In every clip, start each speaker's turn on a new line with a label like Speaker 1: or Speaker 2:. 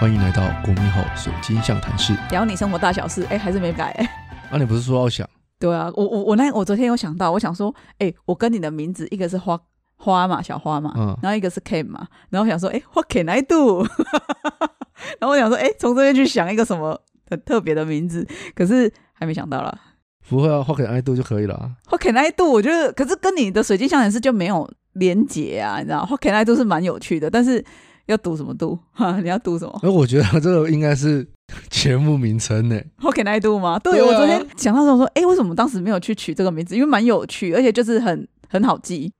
Speaker 1: 欢迎来到国民号水晶象谈室。
Speaker 2: 聊你生活大小事，哎、还是没改、 哎
Speaker 1: 啊，你不是说要想
Speaker 2: 对啊，我我我那我昨天有想到，我想说，哎、我跟你的名字一个是花花嘛，小花嘛，
Speaker 1: 嗯
Speaker 2: 然后一个是 Ken 嘛，然后我想说，哎、w h a t can I do？然后我想说，哎、从这边去想一个什么很特别的名字，可是还没想到啦。
Speaker 1: 不会啊，画给爱豆就可以了啊。
Speaker 2: What can I do？我觉得，可是跟你的水晶象谈是就没有连结啊，你知道？What can I do 是蛮有趣的，但是要读什么读？哈，你要读什么
Speaker 1: 而哎我觉得这个应该是节目名称呢。
Speaker 2: ？What can I do 吗？对，
Speaker 1: 对啊
Speaker 2: 我昨天想到的时候说，哎、为什么当时没有去取这个名字？因为蛮有趣，而且就是很很好记。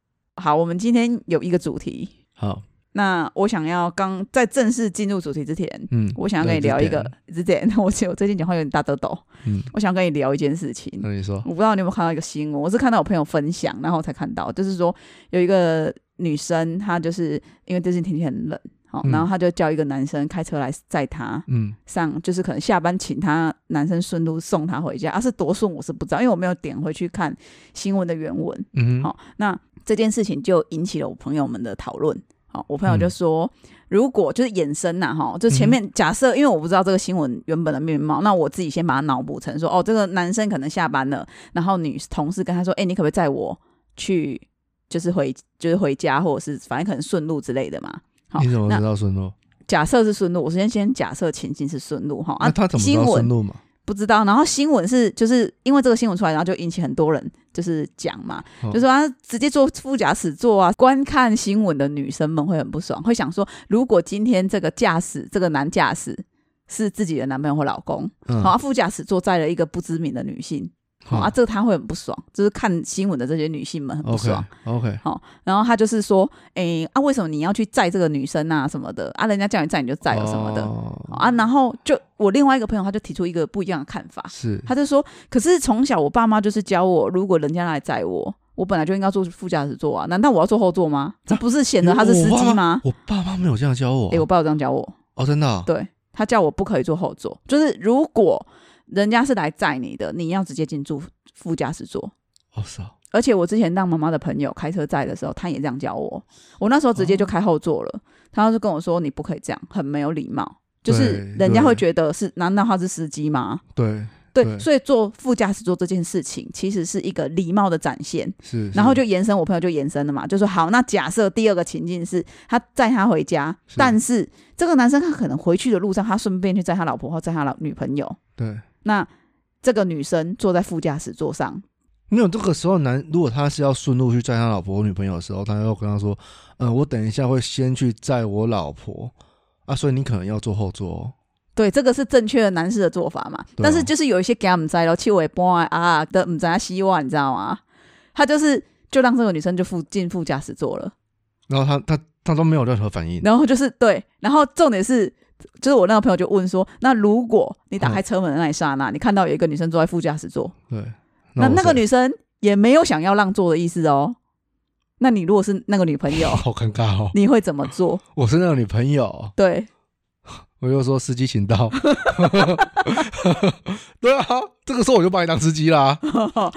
Speaker 2: 好，我们今天有一个主题，
Speaker 1: 好，
Speaker 2: 那我想要刚在正式进入主题之前，
Speaker 1: 嗯，
Speaker 2: 我想要跟你
Speaker 1: 对
Speaker 2: 聊一个
Speaker 1: 这点，
Speaker 2: 之前 我我最近讲话有点大痘痘，
Speaker 1: 嗯，
Speaker 2: 我想跟你聊一件事情。
Speaker 1: 那你说，
Speaker 2: 我不知道你有没有看到一个新闻，我是看到我朋友分享，然后才看到，就是说有一个女生，她就是因为最近天气很冷，好、
Speaker 1: 嗯
Speaker 2: 然后她就叫一个男生开车来载她
Speaker 1: 嗯
Speaker 2: 上，就是可能下班请她男生顺路送她回家，啊是多顺我是不知道，因为我没有点回去看新闻的原文。
Speaker 1: 嗯
Speaker 2: 好、
Speaker 1: 哼，
Speaker 2: 那这件事情就引起了我朋友们的讨论。好，我朋友就
Speaker 1: 嗯
Speaker 2: 说，如果就是衍生呐、哈，就前面假设，因为我不知道这个新闻原本的面貌，那我自己先把它脑补成说，哦，这个男生可能下班了，然后女同事跟他说，哎、你可不可以载我去，就是回就是回家，或者是反正可能顺路之类的嘛。好
Speaker 1: 你怎，么
Speaker 2: 那
Speaker 1: 知道顺路？
Speaker 2: 假设是顺路，我首先先假设情境是顺路哈
Speaker 1: 那
Speaker 2: 啊，
Speaker 1: 他怎么知
Speaker 2: 新
Speaker 1: 道
Speaker 2: 闻
Speaker 1: 顺路嘛？
Speaker 2: 不知道。然后新闻是就是因为这个新闻出来，然后就引起很多人就是讲嘛，
Speaker 1: 哦
Speaker 2: 就说啊直接坐副驾驶座啊，观看新闻的女生们会很不爽，会想说，如果今天这个驾驶这个男驾驶是自己的男朋友或老公，
Speaker 1: 嗯，
Speaker 2: 好、啊，副驾驶座载了一个不知名的女性，好、啊，
Speaker 1: 好
Speaker 2: 这个他会很不爽，就是看新闻的这些女性们很不哦
Speaker 1: ，OK
Speaker 2: 爽。
Speaker 1: OK，
Speaker 2: 好、然后他就是说，诶、啊，为什么你要去载这个女生啊什么的啊？人家叫你载你就载了什么的、
Speaker 1: 哦
Speaker 2: 啊？然后就我另外一个朋友他就提出一个不一样的看法，
Speaker 1: 是，
Speaker 2: 他就说：“可是从小我爸妈就是教我，如果人家来载我，我本来就应该坐副驾驶座啊，难道我要坐后座吗？这不是显得他是司
Speaker 1: 我爸
Speaker 2: 机吗
Speaker 1: 妈？？我爸妈没有这样教我啊
Speaker 2: 诶、，我爸有这样教我，
Speaker 1: 哦，真的啊，
Speaker 2: 对他叫我不可以坐后座，就是如果人家是来载你的，你要直接进驻副驾驶座。
Speaker 1: 哦是啊，
Speaker 2: 而且我之前让妈妈的朋友开车载的时候，他也这样教我，我那时候直接
Speaker 1: 哦
Speaker 2: 就开后座了，他就跟我说你不可以这样，很没有礼貌。”就是
Speaker 1: 对
Speaker 2: 人家会
Speaker 1: 对
Speaker 2: 觉得是，难道他是司机吗？
Speaker 1: 对，对
Speaker 2: 对，所以坐副驾驶座这件事情，其实是一个礼貌的展现。
Speaker 1: 是，
Speaker 2: 然后就是延伸，我朋友就延伸了嘛，就说好，那假设第二个情境是他载她回家，
Speaker 1: 是
Speaker 2: 但是这个男生他可能回去的路上，他顺便去载他老婆或载他老女朋友，
Speaker 1: 对。
Speaker 2: 那这个女生坐在副驾驶座上，
Speaker 1: 没有，这个时候男，如果他是要顺路去载他老婆、女朋友的时候，他要跟他说：“嗯、我等一下会先去载我老婆啊，所以你可能要坐后座、哦。
Speaker 2: 对，这个是正确的男士的做法嘛。
Speaker 1: 对啊
Speaker 2: 但是就是有一些给他们栽了，气味波啊的，唔知道希望，你知道吗？他就是就让这个女生就副进副驾驶座了。”
Speaker 1: 然后他他他都没有任何反应，
Speaker 2: 然后就是对，然后重点是，就是我那个朋友就问说，那如果
Speaker 1: 嗯
Speaker 2: 你打开车门的那一刹那，你看到有一个女生坐在副驾驶座，
Speaker 1: 对。
Speaker 2: 那
Speaker 1: 我
Speaker 2: 那个
Speaker 1: 谁
Speaker 2: 女生也没有想要让座的意思哦，那你如果是那个女
Speaker 1: ，
Speaker 2: 朋友
Speaker 1: 好尴尬哦，
Speaker 2: 你会怎么做？
Speaker 1: 我是那个女朋友，
Speaker 2: 对，
Speaker 1: 我就说司机请 到。对啊，这个时候我就把你当司机 啦。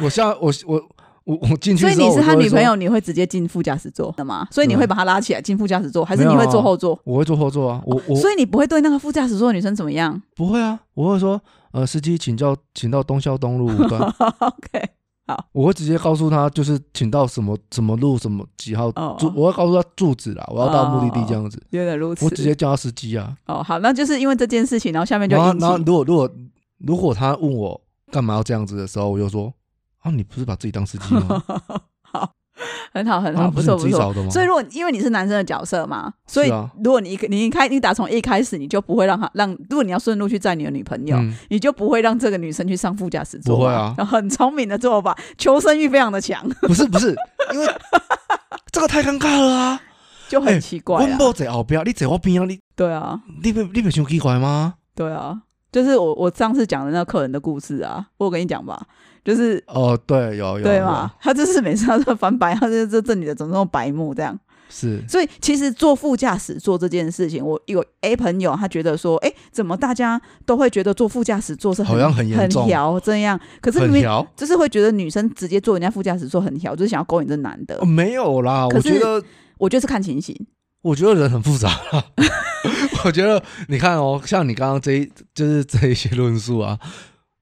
Speaker 1: 我下我我我我进去
Speaker 2: 所
Speaker 1: 之
Speaker 2: 以
Speaker 1: 后，
Speaker 2: 你是
Speaker 1: 我
Speaker 2: 他
Speaker 1: 就会
Speaker 2: 女朋
Speaker 1: 说，
Speaker 2: 友，你会直接进副驾驶座的吗？所以你会
Speaker 1: 对
Speaker 2: 把她拉起来进副驾驶座，还是
Speaker 1: 没
Speaker 2: 你
Speaker 1: 有
Speaker 2: 会
Speaker 1: 啊
Speaker 2: 坐后座？
Speaker 1: 我会坐后座啊，我我
Speaker 2: 所以你不会对那个副驾驶座的女生怎么样
Speaker 1: 不会啊，我会说呃，司机请叫请到东校东 路啊五段。
Speaker 2: 哦？OK，
Speaker 1: 我会直接告诉他，就是请到什么什么路什么几号
Speaker 2: 哦
Speaker 1: 住，我会告诉他住址啦，我要到目的地这样子，
Speaker 2: 原来如此。
Speaker 1: 我直接叫他司机啊。
Speaker 2: 哦，好，那就是因为这件事情，然后下面就
Speaker 1: 然后
Speaker 2: 引起
Speaker 1: 然后如果如果如果他问我干嘛要这样子的时候，我就说啊，你不是把自己当司机 吗？
Speaker 2: 好，很好，很好，
Speaker 1: 啊，
Speaker 2: 不
Speaker 1: 不是
Speaker 2: 错
Speaker 1: 你自
Speaker 2: 不
Speaker 1: 己
Speaker 2: 错。
Speaker 1: 找的吗？
Speaker 2: 所以，如果你因为你是男生的角色嘛，所以
Speaker 1: 是啊
Speaker 2: 如果你一个你一开你打从一开始你就不会让他让，如果你要顺路去载你的女朋友，
Speaker 1: 嗯，
Speaker 2: 你就不会让这个女生去上副驾驶座嘛，
Speaker 1: 不会啊
Speaker 2: 很聪明的做法，求生欲非常的强，
Speaker 1: 不是不是，因为这个太尴尬了啊！
Speaker 2: 就很奇怪
Speaker 1: 我
Speaker 2: 啊。
Speaker 1: 某坐后边，你坐我边啊，你
Speaker 2: 对啊，
Speaker 1: 你别你别想奇怪吗？
Speaker 2: 对啊，就是我我上次讲的那个客人的故事啊，我有跟你讲吧，就是
Speaker 1: 哦，对，有有
Speaker 2: 对
Speaker 1: 有
Speaker 2: 嘛，他就是每次他都翻白，他就是这这女的怎么那么白目这样。
Speaker 1: 是
Speaker 2: 所以其实坐副驾驶座这件事情，我有 A 朋友他觉得说，哎，怎么大家都会觉得坐副驾驶座是很
Speaker 1: 好像很严重
Speaker 2: 很调这样？可是
Speaker 1: 很
Speaker 2: 明明
Speaker 1: 调、
Speaker 2: 就是会觉得女生直接坐人家副驾驶座很调，就是想要勾引这
Speaker 1: 嗯
Speaker 2: 男的。
Speaker 1: 哦没有啦，我
Speaker 2: 可是
Speaker 1: 觉得
Speaker 2: 我觉得是看情形，
Speaker 1: 我觉得人很复杂啦，啊 我觉得你看哦，像你刚刚这一就是这一些论述啊，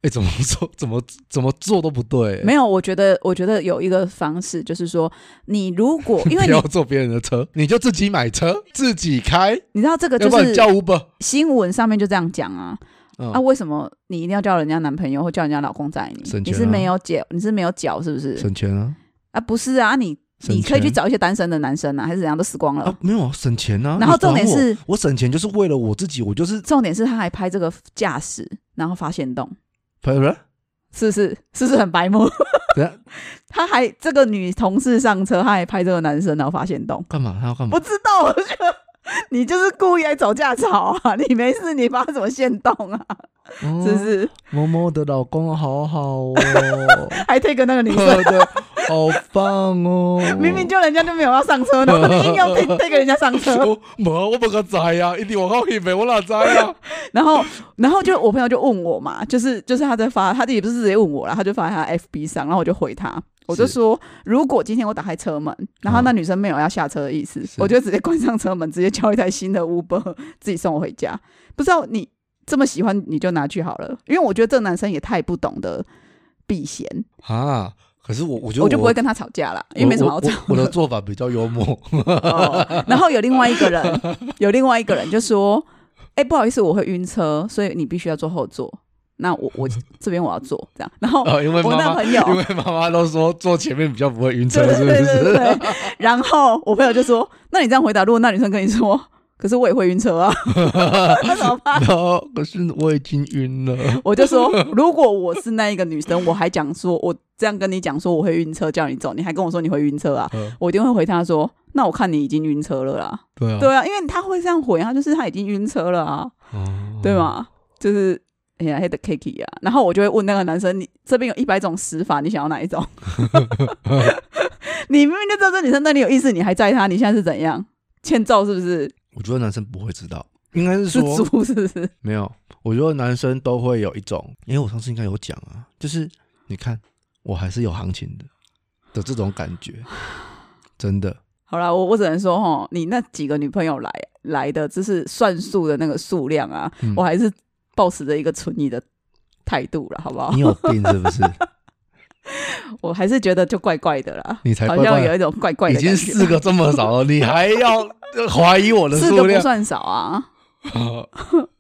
Speaker 1: 哎，怎么做怎么怎么做都不对、
Speaker 2: 没有，我觉得，我觉得有一个方式，就是说，你 如果因为
Speaker 1: 不
Speaker 2: 你
Speaker 1: 要坐别人的车，你就自己买车，自己开，
Speaker 2: 你知道这个
Speaker 1: 要
Speaker 2: 就
Speaker 1: 不然
Speaker 2: 是
Speaker 1: 叫 Uber。
Speaker 2: 新闻上面就这样讲啊、
Speaker 1: 嗯，
Speaker 2: 啊，为什么你一定要叫人家男朋友或叫人家老公载你？
Speaker 1: 省
Speaker 2: 你
Speaker 1: 钱啊
Speaker 2: 是没有脚，你是没有脚是不是？
Speaker 1: 省钱啊，
Speaker 2: 啊，不是啊，你
Speaker 1: 省
Speaker 2: 你可以去
Speaker 1: 钱
Speaker 2: 找一些单身的男生啊，还是怎样都死光了。
Speaker 1: 啊，没有啊省钱啊。
Speaker 2: 然后重点
Speaker 1: 你管我
Speaker 2: 是，
Speaker 1: 我省钱就是为了我自己，我就是
Speaker 2: 重点是他还拍这个驾驶，然后发现洞，
Speaker 1: 不是不是，
Speaker 2: 是不是？是不是很白目？
Speaker 1: 等一下
Speaker 2: 他还这个女同事上车，他还拍这个男生，然后发现洞。
Speaker 1: 干嘛？他要干嘛
Speaker 2: 不？知道，我觉得你就是故意来找架吵啊！ 你没事，你发什么线动啊？
Speaker 1: 哦
Speaker 2: 是不是？
Speaker 1: 某某的老公好好 哦，
Speaker 2: 还 take 那个女 生，
Speaker 1: 我的好棒哦，
Speaker 2: 明明就人家就没有要上车，然后你硬要 take take 人家上 车，
Speaker 1: 我没我不个知啊，一定我好以为我哪知啊？
Speaker 2: 然后然后就我朋友就问我嘛，就是就是他在发，他自己不是直接问我了，他就发在他 FB 上，然后我就回他。我就说，如果今天我打开车门，然后那女生没有要下车的意思，
Speaker 1: 啊是
Speaker 2: 我就直接关上车门，直接叫一台新的 Uber 自己送我回家。不知道你这么喜欢，你就拿去好了，因为我觉得这个男生也太不懂得避嫌，
Speaker 1: 啊，可是我我觉得
Speaker 2: 我就不会跟他吵架了，因为没什么好吵
Speaker 1: 我我我的做法比较幽默，
Speaker 2: 哦。然后有另外一个 人，有另外一个人就说：“哎、不好意思，我会晕车，所以你必须要坐后座。那我 我这边我要坐这样。”然后
Speaker 1: 呃，因为
Speaker 2: 哦我
Speaker 1: 妈
Speaker 2: 那
Speaker 1: 妈
Speaker 2: 朋友，
Speaker 1: 因为妈妈都说坐前面比较不会晕车，
Speaker 2: 对
Speaker 1: 是不
Speaker 2: 对对对
Speaker 1: 是？
Speaker 2: 对。然后我朋友就说：“那你这样回答，如果那女生跟你说， 可是我也会 晕车啊，那怎么 办
Speaker 1: 然后可是我已经晕 了，？”
Speaker 2: 我就说：“如果我是那一个女生，我还讲说我这样跟你讲说我会晕车，叫你走，你还跟我说你会晕车啊？”
Speaker 1: 呃
Speaker 2: 我一定会回他说：“那我看你已经晕车了啦。”
Speaker 1: 对啊，
Speaker 2: 对啊，因为他会这样回，他就是他已经晕车了啊。
Speaker 1: 哦
Speaker 2: 对？吗？就是哎呀，黑的 Kiki 啊，然后我就会问那个男生，你这边有一百种死法，你想要哪一种？ 你明明就知道这女生对你有意思，你还在她，你现在是怎样？欠揍是不是？
Speaker 1: 我觉得男生不会知道，应该是
Speaker 2: 是
Speaker 1: 说
Speaker 2: 猪是不是？
Speaker 1: 没有，我觉得男生都会有一种，因为我上次应该有讲啊，就是你看我还是有行情的的这种感 觉，真的。
Speaker 2: 好啦，我我只能说哈，你那几个女朋友来来的，就是算数的那个数量啊，
Speaker 1: 嗯
Speaker 2: 我还是抱持着一个存疑的态度了，好不好
Speaker 1: 你？有病是不是？
Speaker 2: 我还是觉得就怪怪的啦，
Speaker 1: 你哎才怪
Speaker 2: 好像有
Speaker 1: 怪，
Speaker 2: 一种怪怪
Speaker 1: 已
Speaker 2: 的
Speaker 1: 经
Speaker 2: 感觉。
Speaker 1: 四个这么少了，你还要怀疑我的
Speaker 2: 四
Speaker 1: 数
Speaker 2: 个不
Speaker 1: 量？
Speaker 2: 算少啊，
Speaker 1: 我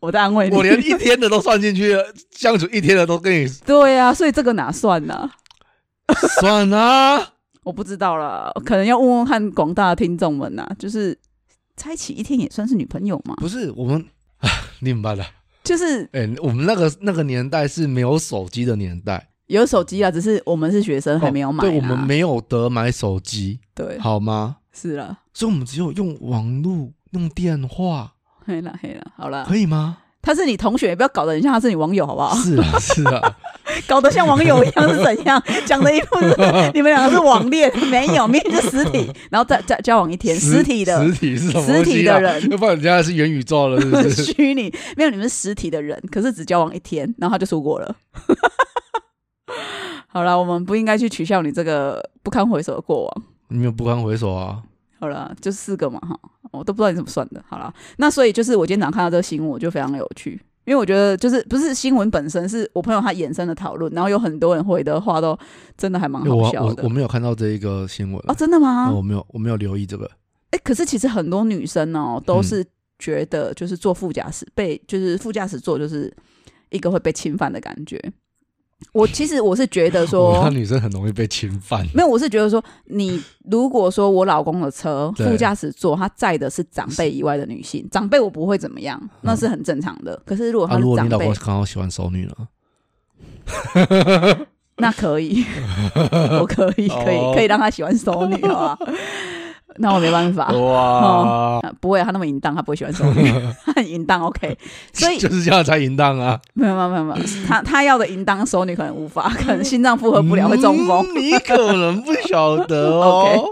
Speaker 2: 我在安慰你。
Speaker 1: 连一天的都算进去了，相处一天的都跟你
Speaker 2: 对呀、所以这个哪算呢、
Speaker 1: 算 啊。
Speaker 2: 我不知道啦，
Speaker 1: 嗯
Speaker 2: 可能要问问看广大的听众们呐、就是在一起一天也算是女朋友嘛？
Speaker 1: 不是我 们，你明白了？
Speaker 2: 就是
Speaker 1: 哎、我们那个那个年代是没有手机的年代，哦
Speaker 2: 有手机啊，只是我们是学生还没有买、啊
Speaker 1: 对我们没有得买手机，
Speaker 2: 对，
Speaker 1: 好吗？
Speaker 2: 是了，
Speaker 1: 所以我们只有用网络、用电话，
Speaker 2: 黑了黑了，好了，
Speaker 1: 可以吗？
Speaker 2: 他是你同学，不要搞得很像他是你网友好不 好？
Speaker 1: 是啊，是 啊，
Speaker 2: 搞得像网友一样是 怎样？讲的一副是你们两个是网恋，没有，明明是实 体，然后再交交往一天，实体的
Speaker 1: 实体是什么、啊
Speaker 2: 实体的，人。
Speaker 1: 要 不然人家是元宇宙了，是不是？
Speaker 2: 虚拟没有，你们是实体的人，可是只交往一天，然后他就出国了。 好了，我们不应该去取笑你这个不堪回首的过往。
Speaker 1: 你们不堪回首啊！
Speaker 2: 好了，就四个嘛哈，我都不知道你怎么算的。好了，那所以就是我今天早上看到这个新闻，我就非常有趣，因为我觉得就是不是新闻本身，是我朋友他衍生的讨论，然后有很多人回的话都真的还蛮好
Speaker 1: 我
Speaker 2: 笑
Speaker 1: 我
Speaker 2: 的
Speaker 1: 我。没有看到这一个新闻
Speaker 2: 哦，真的吗？
Speaker 1: 哦我没有我没有留意这个。
Speaker 2: 哎、可是其实很多女生哦，
Speaker 1: 嗯
Speaker 2: 都是觉得就是坐副驾驶被就是副驾驶座就是一个会被侵犯的感觉。我其实我是觉 得
Speaker 1: 我
Speaker 2: 说
Speaker 1: 看，女生很容易被侵犯，
Speaker 2: 哦没有，我是觉得说，你如果说我老公的车
Speaker 1: 对
Speaker 2: 副驾驶座他载的是长辈以外的女性，长辈我不会怎么样，那是很正常的。可是如果
Speaker 1: 嗯啊，
Speaker 2: 他
Speaker 1: 如
Speaker 2: 是
Speaker 1: 果你
Speaker 2: 长
Speaker 1: 老
Speaker 2: 辈，
Speaker 1: 公刚好喜欢熟女呢？
Speaker 2: 那 可以，我可以，可以
Speaker 1: 哦，
Speaker 2: 可以让他喜欢熟女好 吧？那我没办法。
Speaker 1: 哦哇，
Speaker 2: 啊不会啊，他那么淫荡，他不会喜欢熟 女，他很淫荡，OK。所以
Speaker 1: 就是这样才淫荡 啊！
Speaker 2: 没有没有没有没 有，他他要的淫荡熟女可能无法，可能心脏负荷不了会中风。
Speaker 1: 嗯你可能不晓得 哦。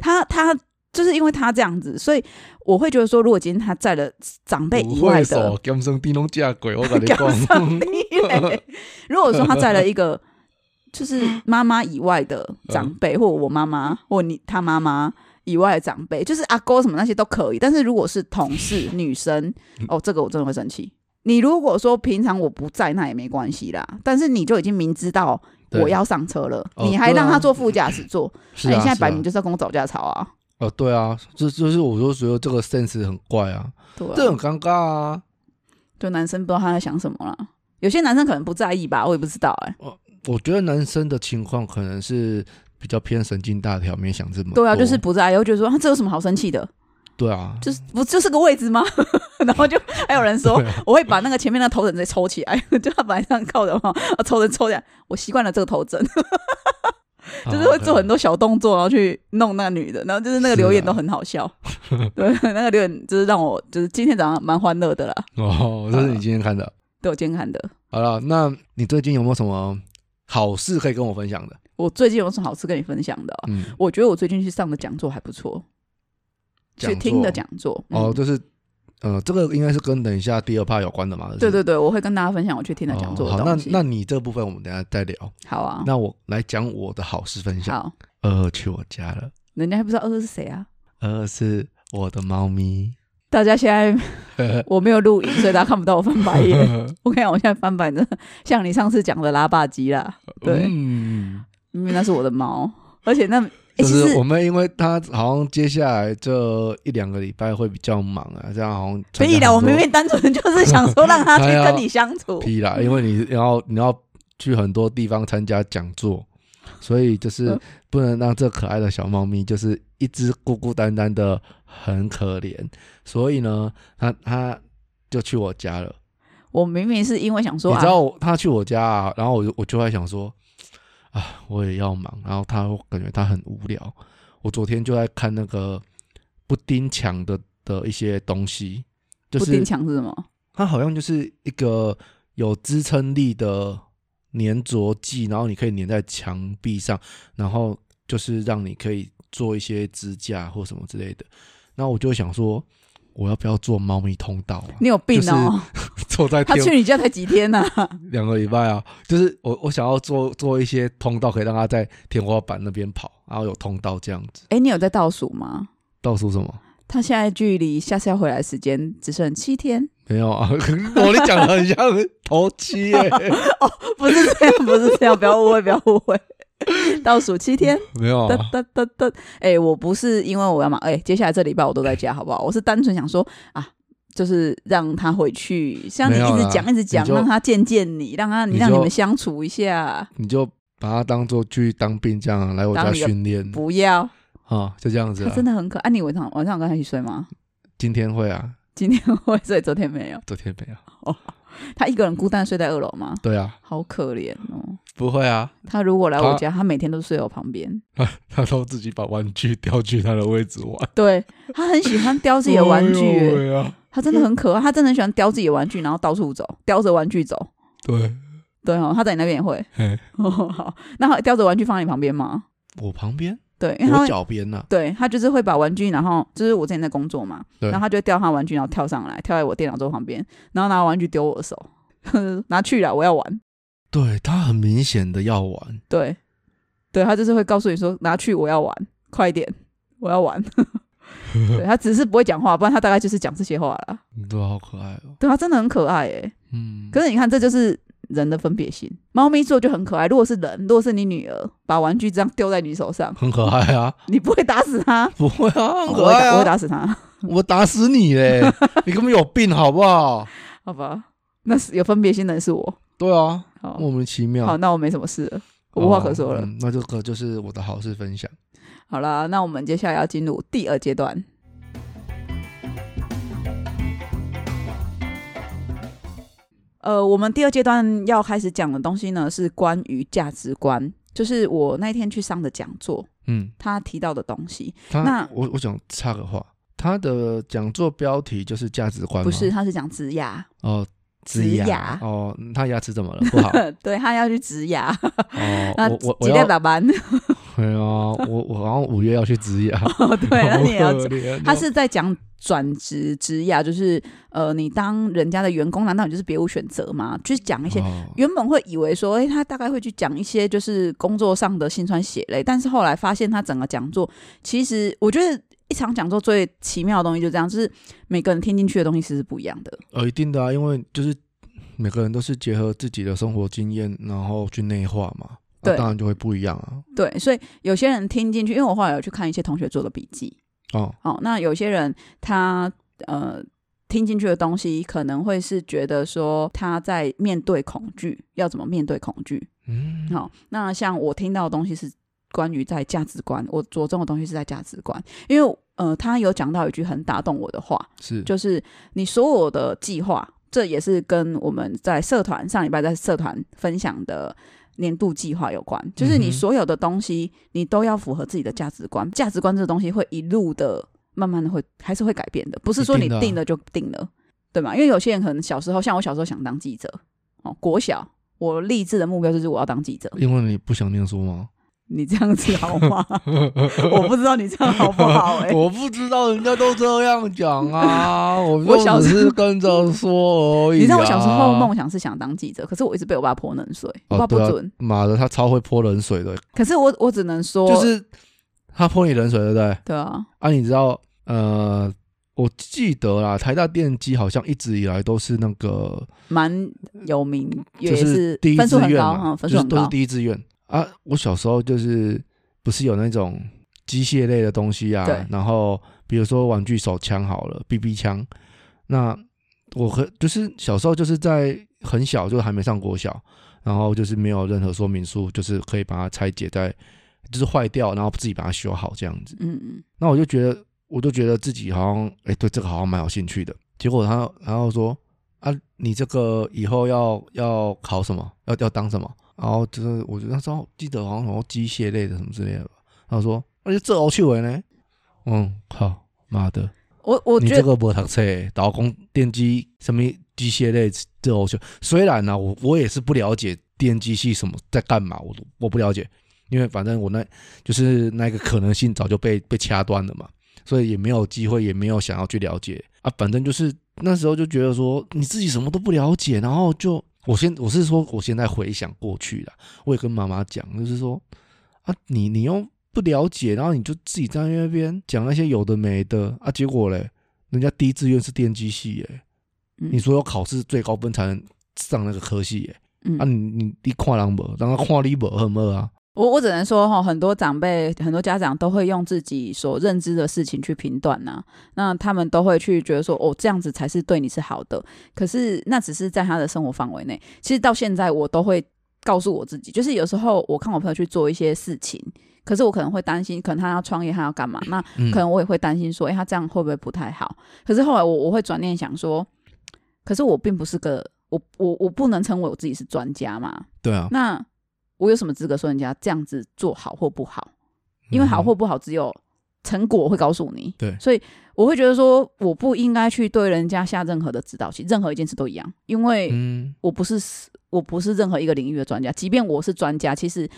Speaker 2: 他他就是因为他这样子，所以我会觉得说，如果今天他在了长辈以外的，
Speaker 1: 金生叮咚架鬼，我跟你
Speaker 2: 感 受
Speaker 1: 讲，
Speaker 2: 对 如果说他在了一个
Speaker 1: 嗯
Speaker 2: 就是妈妈以外的长辈，或我妈妈或你他妈妈以外的长辈，就是阿公什么那些都可以。但是如果是同事、女生，
Speaker 1: 嗯
Speaker 2: 哦，这个我真的会生气。你如果说平常我不在，那也没关系啦。但是你就已经明知道
Speaker 1: 对
Speaker 2: 我要上车了，
Speaker 1: 哦
Speaker 2: 你还
Speaker 1: 对啊
Speaker 2: 让他坐副驾驶座，
Speaker 1: 是
Speaker 2: 那、
Speaker 1: 啊，
Speaker 2: 你现在
Speaker 1: 是啊
Speaker 2: 摆明就是要跟我找架吵啊！
Speaker 1: 哦，对啊，这就是我就觉得这个 sense 很怪啊，
Speaker 2: 对啊，
Speaker 1: 这很尴尬啊。
Speaker 2: 就男生不知道他在想什么啦。有些男生可能不在意吧，我也不知道哎、
Speaker 1: 我觉得男生的情况可能是比较偏神经大条，没想这么多。
Speaker 2: 对啊，就是不在意，我觉得说他这有什么好生气的？
Speaker 1: 对啊，
Speaker 2: 就是不就是个位置吗？ 然后就还有人说
Speaker 1: 对，啊
Speaker 2: 我会把那个前面的头枕直接抽起来， 就他本来上靠的嘛，啊抽枕抽起来，我习惯了这个头枕，
Speaker 1: 哦
Speaker 2: 就是会做很
Speaker 1: 多。
Speaker 2: 多小动作，然后去弄那个女的，然后就是那个留言
Speaker 1: 是啊
Speaker 2: 都很好笑，对，那个留言就是让我就是今天早上蛮欢乐的啦，
Speaker 1: 哦，
Speaker 2: 呃
Speaker 1: 这是你今天看的。
Speaker 2: 对我今天看的。
Speaker 1: 好了，那你最近有没有什么好事可以跟我分享的？
Speaker 2: 我最近有什么好吃跟你分享的啊、
Speaker 1: 嗯，
Speaker 2: 我觉得我最近去上的讲座还不错，去
Speaker 1: 讲
Speaker 2: 听的
Speaker 1: 座
Speaker 2: 讲座。嗯
Speaker 1: 哦，就是呃，这个应该是跟等一下第二 part 有关的嘛。
Speaker 2: 对对对，我会跟大家分享我去听
Speaker 1: 对
Speaker 2: 的讲座
Speaker 1: 哦好，
Speaker 2: 的
Speaker 1: 那
Speaker 2: 东西。
Speaker 1: 那你这部分我们等一下再聊。
Speaker 2: 好啊，
Speaker 1: 那我来讲我的好事分享。
Speaker 2: 好，
Speaker 1: 二二去我家了，
Speaker 2: 人家还不知道二哥是谁啊。
Speaker 1: 二二是我的猫咪。
Speaker 2: 大家现 在我没有录影，所以大家看不到我翻白眼。我跟你讲，我现在翻白眼真的像你上次讲的拉霸鸡啦，对
Speaker 1: 嗯，
Speaker 2: 因为那是我的猫，而且那、欸、
Speaker 1: 就
Speaker 2: 其
Speaker 1: 是
Speaker 2: 实
Speaker 1: 我们，因为他好像接下来这一两个礼拜会比较忙啊，这样好像参加
Speaker 2: 以啦，我
Speaker 1: 很多。
Speaker 2: 明明单纯就是想说让它去跟你相处
Speaker 1: 批
Speaker 2: 嗯
Speaker 1: 啦，因为你要你要去很多地方参加讲座，所以就是
Speaker 2: 嗯
Speaker 1: 不能让这可爱的小猫咪就是一只孤孤单单的，很可怜。所以呢，它它就去我家了。
Speaker 2: 我明明是因为想说
Speaker 1: 你
Speaker 2: 啊
Speaker 1: 知，道我他去我家、啊，然后我就我就在想说，啊，我也要忙，然后他我感觉他很无聊。我昨天就在看那个布丁墙的的一些东西，就
Speaker 2: 布丁
Speaker 1: 是
Speaker 2: 墙是什么？
Speaker 1: 它好像就是一个有支撑力的粘着剂，然后你可以粘在墙壁上，然后就是让你可以做一些支架或什么之类的。那我就想说，我要不要做猫咪通道 啊？
Speaker 2: 你有病哦！
Speaker 1: 坐 在
Speaker 2: 他
Speaker 1: 天
Speaker 2: 去你家才几天呐、
Speaker 1: 两个礼拜啊，就是我我想要做做一些通道，可以让它在天花板那边跑，然后有通道这样子。
Speaker 2: 哎、你有在倒数吗？
Speaker 1: 倒数什么？
Speaker 2: 他现在距离下次要回来的时间只剩七天，
Speaker 1: 没有啊， 我你讲的很像头七耶、
Speaker 2: 不是这样，不是这样，不要误会，不要误会， 倒数七天。
Speaker 1: 没有
Speaker 2: 哒
Speaker 1: 啊，
Speaker 2: 哒哒哒！哎、我不是因为我要忙，哎、接下来这礼拜我都在家，好不好？我是单纯想说啊，就是让他回去，像你
Speaker 1: 没有
Speaker 2: 一
Speaker 1: 啦
Speaker 2: 直讲一直讲，
Speaker 1: 你就
Speaker 2: 让他见见你，让他你
Speaker 1: 你
Speaker 2: 让你
Speaker 1: 就
Speaker 2: 们相处一下，
Speaker 1: 你就把它当做去当兵这样、啊、来我家
Speaker 2: 当你的
Speaker 1: 训练
Speaker 2: 不要，
Speaker 1: 啊，就这样子、
Speaker 2: 他
Speaker 1: 啊
Speaker 2: 真。的很可爱。你晚上晚上有跟他一起睡吗？
Speaker 1: 今天会啊，
Speaker 2: 今天会，所以昨天没有。
Speaker 1: 昨天没有。
Speaker 2: 他一个人孤单睡在二楼吗？
Speaker 1: 对啊，
Speaker 2: 好可怜哦。
Speaker 1: 不会啊，
Speaker 2: 他如果来我
Speaker 1: 他
Speaker 2: 家，他每天都睡我旁边。
Speaker 1: 他都自己把玩具调去他的位置玩。
Speaker 2: 对他很喜欢叼自己的玩具
Speaker 1: 哎呦
Speaker 2: 耶，
Speaker 1: 喂啊，
Speaker 2: 他真的很可爱。他真的很喜欢叼自己的玩具，然后到处走，叼着玩具走。
Speaker 1: 对，
Speaker 2: 对哦，他在你那边也会。
Speaker 1: 嘿
Speaker 2: 哦，好，那他叼着玩具放在你旁边吗？
Speaker 1: 我旁边，
Speaker 2: 对，因为他
Speaker 1: 我
Speaker 2: 会，
Speaker 1: 脚边啊呐，
Speaker 2: 对他就是会把玩具，然后就是我之前在工作嘛，
Speaker 1: 对
Speaker 2: 然后他就会叼他玩具，然后跳上来，跳在我电脑桌旁边，然后拿玩具丢我的手， 拿去了，我要玩。
Speaker 1: 对他很明显的要玩，
Speaker 2: 对，对他就是会告诉你说拿去，我要玩，快点，我要玩。 对他只是不会讲话，不然他大概就是讲这些话啦。
Speaker 1: 对啊，好可爱哦。
Speaker 2: 对他真的很可爱诶、
Speaker 1: 嗯，
Speaker 2: 可是你看，这就是人的分别心。猫咪做就很可爱，如果是人，如果是你女儿把玩具这样丢在你手上，
Speaker 1: 很可爱啊，
Speaker 2: 你不会打死它。
Speaker 1: 不会啊，很
Speaker 2: 我
Speaker 1: 可
Speaker 2: 会
Speaker 1: 爱
Speaker 2: 哦打，我会
Speaker 1: 啊，
Speaker 2: 打死他，
Speaker 1: 我打死你 嘞！你根本有病好不好？
Speaker 2: 好吧？那是有分别心的人是我。
Speaker 1: 对啊，
Speaker 2: 好，
Speaker 1: 莫名其妙。
Speaker 2: 哦好，那我没什么事了，我无话可说
Speaker 1: 哦
Speaker 2: 了。
Speaker 1: 嗯那这个就是我的好事分享。
Speaker 2: 好啦，那我们接下来要进入第二阶段。呃，我们第二阶段要开始讲的东西呢，是关于价值观，就是我那天去上的讲座，
Speaker 1: 嗯，
Speaker 2: 他提到的东西，
Speaker 1: 他
Speaker 2: 那
Speaker 1: 我我想插个话，他的讲座标题就是价值观吗，
Speaker 2: 不是，他是讲植 牙，
Speaker 1: 哦，
Speaker 2: 植
Speaker 1: 植
Speaker 2: 牙
Speaker 1: 牙哦， 他牙齿怎么了？不好
Speaker 2: 对他要去植牙，
Speaker 1: 哦，
Speaker 2: 那
Speaker 1: 我我我
Speaker 2: 几点
Speaker 1: 要
Speaker 2: 打班？
Speaker 1: 对啊，我我然后五月要去职业，
Speaker 2: 哦，对，那你也
Speaker 1: 好
Speaker 2: 要
Speaker 1: 可怜哦
Speaker 2: 他是在讲转职职涯，就是呃，你当人家的员工，难道你就是别无选择吗？就是讲一些、
Speaker 1: 哦
Speaker 2: 原本会以为说，哎、他大概会去讲一些就是工作上的辛酸血泪，但是后来发现他整个讲座，其实我觉得一场讲座最奇妙的东西就这样，就是每个人听进去的东西其实是不一样的。
Speaker 1: 呃，一定的啊，因为就是每个人都是结合自己的生活经验，然后去内化嘛，那、
Speaker 2: 对
Speaker 1: 当然就会不一样啊。
Speaker 2: 对，所以有些人听进去，因为我后来有去看一些同学做的笔记，
Speaker 1: 哦，
Speaker 2: 哦，那有些人他呃听进去的东西，可能会是觉得说他在面对恐惧，要怎么面对恐惧。
Speaker 1: 嗯，
Speaker 2: 好、那像我听到的东西是关于在价值观，我着重的东西是在价值观，因为呃他有讲到一句很打动我的话，
Speaker 1: 是，
Speaker 2: 就是你所有的计划，这也是跟我们在社团上礼拜在社团分享的年度计划有关。就是
Speaker 1: 嗯
Speaker 2: 你
Speaker 1: 哼
Speaker 2: 所有的东西，你都要符合自己的价值观。价值观这个东西会一路的慢慢的会还是会改变的，不是说
Speaker 1: 一
Speaker 2: 你
Speaker 1: 定的啊
Speaker 2: 定了就定了，对吗？因为有些人可能小时候，像我小时候想当记者，哦，国小我立志的目标就是我要当记者。
Speaker 1: 因为你不想念书 吗？
Speaker 2: 你这样子好吗？ 我不知道你这样好不好哎、
Speaker 1: 我不知道，人家都这样讲 啊，我
Speaker 2: 我小
Speaker 1: 就只
Speaker 2: 时候
Speaker 1: 是跟着说而已、啊。
Speaker 2: 你知道我小时候梦想是想当记者，可是我一直被我爸泼冷水，我
Speaker 1: 哦
Speaker 2: 爸不
Speaker 1: 对啊
Speaker 2: 准。
Speaker 1: 妈的，他超会泼冷水的，
Speaker 2: 可是我我只能说，
Speaker 1: 就是他泼你冷水，对不对？
Speaker 2: 对啊，
Speaker 1: 啊，你知道，呃，我记得啦，台大电机好像一直以来都是那个
Speaker 2: 蛮有名，也
Speaker 1: 就是
Speaker 2: 是
Speaker 1: 第一
Speaker 2: 分数
Speaker 1: 志
Speaker 2: 很
Speaker 1: 愿
Speaker 2: 高
Speaker 1: 嘛，
Speaker 2: 嗯，分数很
Speaker 1: 就是都
Speaker 2: 高
Speaker 1: 是。第一志愿啊。我小时候就是不是有那种机械类的东西啊
Speaker 2: 对，
Speaker 1: 然后比如说玩具手枪好了，BB 枪，那我和就是小时候就是在很小就还没上国小，然后就是没有任何说明书，就是可以把它拆解在，就是坏掉，然后自己把它修好这样子。
Speaker 2: 嗯嗯，
Speaker 1: 那我就觉得，我就觉得自己好像，哎、对这个好像蛮有兴趣的。结果他，然后说，啊，你这个以后要要考什么？要要当什么？然后就是，我就那时候记得好像什么机械类的什么之类的吧。他说，而且这我哦去玩呢，嗯，好，妈的，
Speaker 2: 我我
Speaker 1: 你
Speaker 2: 觉
Speaker 1: 这
Speaker 2: 得
Speaker 1: 个不读册，打工电机什么机械类这我去。虽然呢、我我也是不了解电机系什么在干嘛，我都我不了解，因为反正我那就是那个可能性早就被被掐断了嘛，所以也没有机会，也没有想要去了解啊。反正就是那时候就觉得说你自己什么都不了解，然后就我现我是说我现在回想过去啦，我也跟妈妈讲，就是说啊，你你又不了解，然后你就自己在那边讲那些有的没的啊，结果嘞，人家第一志愿是电机系耶、
Speaker 2: 嗯
Speaker 1: 你说要考试最高分才能上那个科系耶、啊
Speaker 2: 嗯，
Speaker 1: 你，你你看人无，然后看你无很无啊，
Speaker 2: 我我只能说哈，很多长辈、很多家长都会用自己所认知的事情去评断呐、那他们都会去觉得说，哦，这样子才是对你是好的。可是那只是在他的生活范围内。其实到现在，我都会告诉我自己，就是有时候我看我朋友去做一些事情，可是我可能会担心，可能他要创业，他要干嘛？那
Speaker 1: 嗯
Speaker 2: 可能我也会担心说，哎、他这样会不会不太好？可是后来我我会转念想说，可是我并不是个我我我不能称为我自己是专家嘛，
Speaker 1: 对啊，
Speaker 2: 那我有什么资格说人家这样子做好或不好？因为好或不好只有成果会告诉你。
Speaker 1: 嗯对
Speaker 2: 所以我会觉得说，我不应该去对人家下任何的指导期，任何一件事都一样，因为
Speaker 1: 嗯
Speaker 2: 我不是我不是任何一个领域的专家，即便我是专家，其实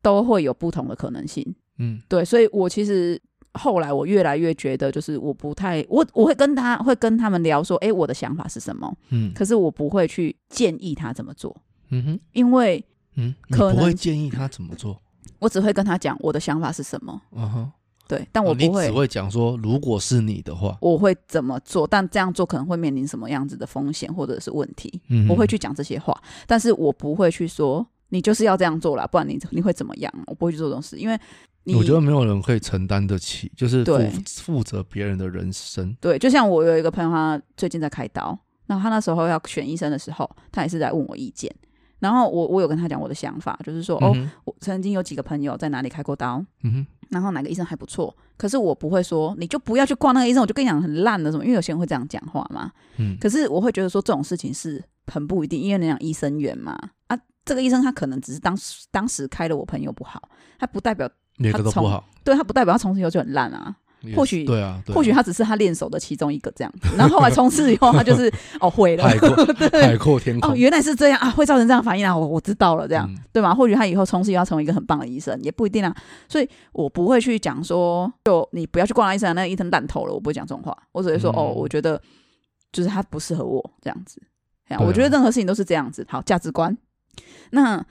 Speaker 2: 都会有不同的可能性。
Speaker 1: 嗯
Speaker 2: 对，所以我其实后来我越来越觉得，就是我不太我我会跟他会跟他们聊说，诶，我的想法是什么，
Speaker 1: 嗯
Speaker 2: 可是我不会去建议他怎么做，
Speaker 1: 嗯哼
Speaker 2: 因为
Speaker 1: 嗯，你
Speaker 2: 可
Speaker 1: 不会
Speaker 2: 能
Speaker 1: 建议他怎么做，
Speaker 2: 我只会跟他讲我的想法是什么，
Speaker 1: 嗯哼，
Speaker 2: 对，但我
Speaker 1: 哦啊你
Speaker 2: 不会
Speaker 1: 只。会讲说，如果是你的话，
Speaker 2: 我会怎么做，但这样做可能会面临什么样子的风险或者是问题，
Speaker 1: 嗯哼
Speaker 2: 我会去讲这些话，但是我不会去说你就是要这样做啦，不然你你会怎么样？我不会去做这种事，因为你
Speaker 1: 我觉得没有人可以承担得起，就是负
Speaker 2: 对
Speaker 1: 负责别人的人生。
Speaker 2: 对，就像我有一个朋友，他最近在开刀，那他那时候要选医生的时候，他也是在问我意见，然后我我有跟他讲我的想法，就是说、哦，
Speaker 1: 嗯哼，
Speaker 2: 我曾经有几个朋友在哪里开过刀，
Speaker 1: 嗯哼，
Speaker 2: 然后哪个医生还不错，可是我不会说你就不要去挂那个医生，我就跟你讲很烂的什么，因为有些人会这样讲话嘛，
Speaker 1: 嗯
Speaker 2: 可是我会觉得说这种事情是很不一定，因为你讲医生缘嘛，啊，这个医生他可能只是当时当时开了我朋友不好，他不代表
Speaker 1: 每个
Speaker 2: 他
Speaker 1: 都不
Speaker 2: 从
Speaker 1: 好，
Speaker 2: 对他不代表他从此以后就很烂啊。
Speaker 1: 也
Speaker 2: 或
Speaker 1: 是
Speaker 2: 许
Speaker 1: 对啊，对啊
Speaker 2: 或许他只是他练手的其中一个这样，然后后来从此以后他就是哦会 了
Speaker 1: 海，阔海
Speaker 2: 对，
Speaker 1: 阔天空
Speaker 2: 哦原来是这样啊，会造成这样的反应啊，我我知道了这样，
Speaker 1: 嗯
Speaker 2: 对吗？或许他以后从此以后要成为一个很棒的医生，也不一定啊。所以我不会去讲说，就你不要去逛医生啊，那个医生烂透了，我不会讲这种话，我只会说、
Speaker 1: 嗯
Speaker 2: 哦，我觉得就是他不适合我这样子。哎呀
Speaker 1: 对啊
Speaker 2: 我觉得任何事情都是这样子。好，价值观。那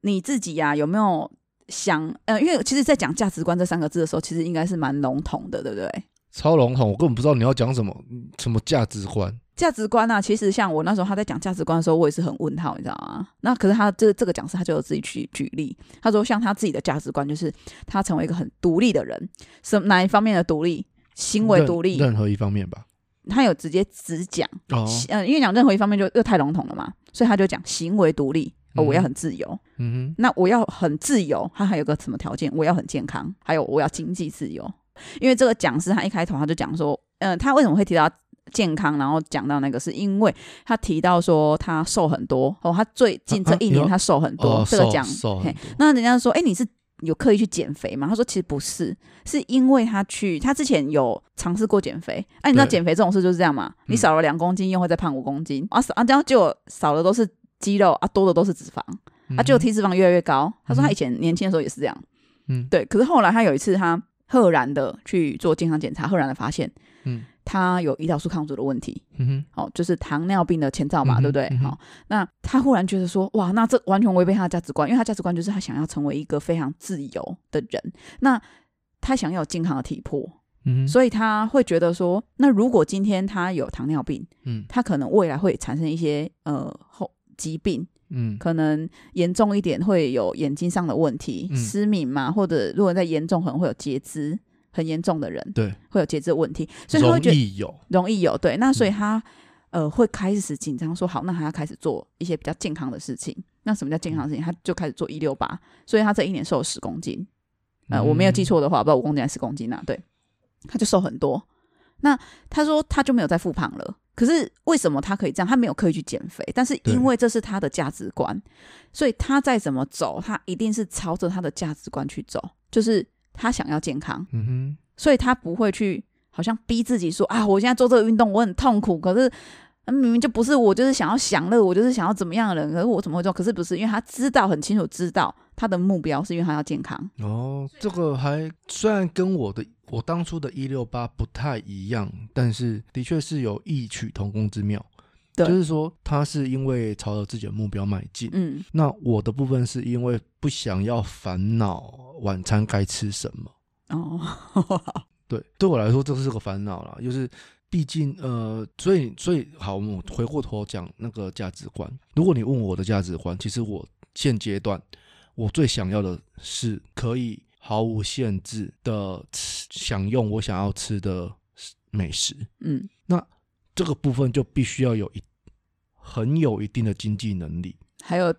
Speaker 2: 你自己呀、有没有想？呃，因为其实，在讲价值观这三个字的时候，其实应该是蛮笼统的，对不对？
Speaker 1: 超笼统，我根本不知道你要讲什么，嗯什么价值观。
Speaker 2: 价值观啊，其实像我那时候他在讲价值观的时候，我也是很问号，你知道吗？那可是他这这个讲师他就有自己去举例，他说像他自己的价值观就是他成为一个很独立的人，什哪一方面的独立？行为
Speaker 1: 任
Speaker 2: 独立，
Speaker 1: 任何一方面吧。
Speaker 2: 他有直接只讲，
Speaker 1: 哦，
Speaker 2: 嗯、因为讲任何一方面就又太笼统了嘛，所以他就讲行为独立，哦，
Speaker 1: 嗯
Speaker 2: 我要很自由，
Speaker 1: 嗯
Speaker 2: 那我要很自由，他还有个什么条件？我要很健康，还有我要经济自由。因为这个讲师他一开头他就讲说，嗯、他为什么会提到健康，然后讲到那个，是因为他提到说他瘦很多哦，他最近这一
Speaker 1: 啊啊
Speaker 2: 年
Speaker 1: 有
Speaker 2: 他瘦很
Speaker 1: 哼，
Speaker 2: 多，
Speaker 1: 哦
Speaker 2: 这个
Speaker 1: 瘦
Speaker 2: 讲
Speaker 1: 瘦很
Speaker 2: 嘿
Speaker 1: 多
Speaker 2: 那人家说，哎、你是有刻意去减肥吗？他说其实不是，是因为他去他之前有尝试过减肥。哎、你知道
Speaker 1: 对嗯
Speaker 2: 减肥这种事就是这样嘛，你少了两公斤又会再胖五公斤、啊，少啊，这样结果少的都是肌肉啊，多的都是脂肪。啊，就体脂肪越来越高。他说他以前年轻的时候也是这样，
Speaker 1: 嗯
Speaker 2: 对。可是后来他有一次，他赫然的去做健康检查，赫然的发现
Speaker 1: 嗯
Speaker 2: 他有胰岛素抗阻的问题，
Speaker 1: 嗯哼
Speaker 2: 哦，就是糖尿病的前兆嘛，
Speaker 1: 嗯哼
Speaker 2: 对不对
Speaker 1: 嗯？哼
Speaker 2: 好、那他忽然觉得说，哇，那这完全违背他的价值观，因为他价值观就是他想要成为一个非常自由的人，那他想要有健康的体魄，
Speaker 1: 嗯哼，
Speaker 2: 所以他会觉得说，那如果今天他有糖尿病，
Speaker 1: 嗯
Speaker 2: 他可能未来会产生一些呃后疾病，
Speaker 1: 嗯
Speaker 2: 可能严重一点会有眼睛上的问题，
Speaker 1: 嗯
Speaker 2: 失明嘛，或者如果再严重，可能会有截肢，很严重的人
Speaker 1: 对，
Speaker 2: 会有截肢的问题，所以他
Speaker 1: 容
Speaker 2: 会觉得
Speaker 1: 易嗯有
Speaker 2: 容易有对，那所以他、呃会开始紧张，说好，那他要开始做一些比较健康的事情。那什么叫健康的事情？他就开始做一六八，所以他这一年瘦了十公斤，呃，我
Speaker 1: 嗯
Speaker 2: 没有记，错的话，不知道五公斤还是十公斤啊，对，他就瘦很多。那他说他就没有再复胖了，可是为什么他可以这样？他没有刻意去减肥，但是
Speaker 1: 对
Speaker 2: 因为这是他的价值观，所以他再怎么走，他一定是朝着他的价值观去走，就是他想要健康，
Speaker 1: 嗯嗯
Speaker 2: 所以他不会去好像逼自己说啊，我现在做这个运动我很痛苦，可是。嗯明明就不是我，就是想要享乐，我就是想要怎么样的人，可是我怎么会做？可是不是，因为他知道很清楚，知道他的目标是因为他要健康，
Speaker 1: 哼，哦，这个还虽然跟我的我当初的一六八不太一样，但是的确是有异曲同工之妙。
Speaker 2: 对
Speaker 1: 就是说，他是因为朝着自己的目标迈进，
Speaker 2: 嗯，
Speaker 1: 那我的部分是因为不想要烦恼晚餐该吃什么。
Speaker 2: 哦，
Speaker 1: 对，对我来说这是个烦恼啦，就是毕竟呃，所以所以好，我们回过头讲那个价值观。如果你问我的价值观，其实我现阶段我最想要的是可以毫无限制的吃享用我想要吃的美食，
Speaker 2: 嗯
Speaker 1: 这个部分就必须要有一很有一定的经济能力。，
Speaker 2: 还有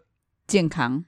Speaker 2: 健康，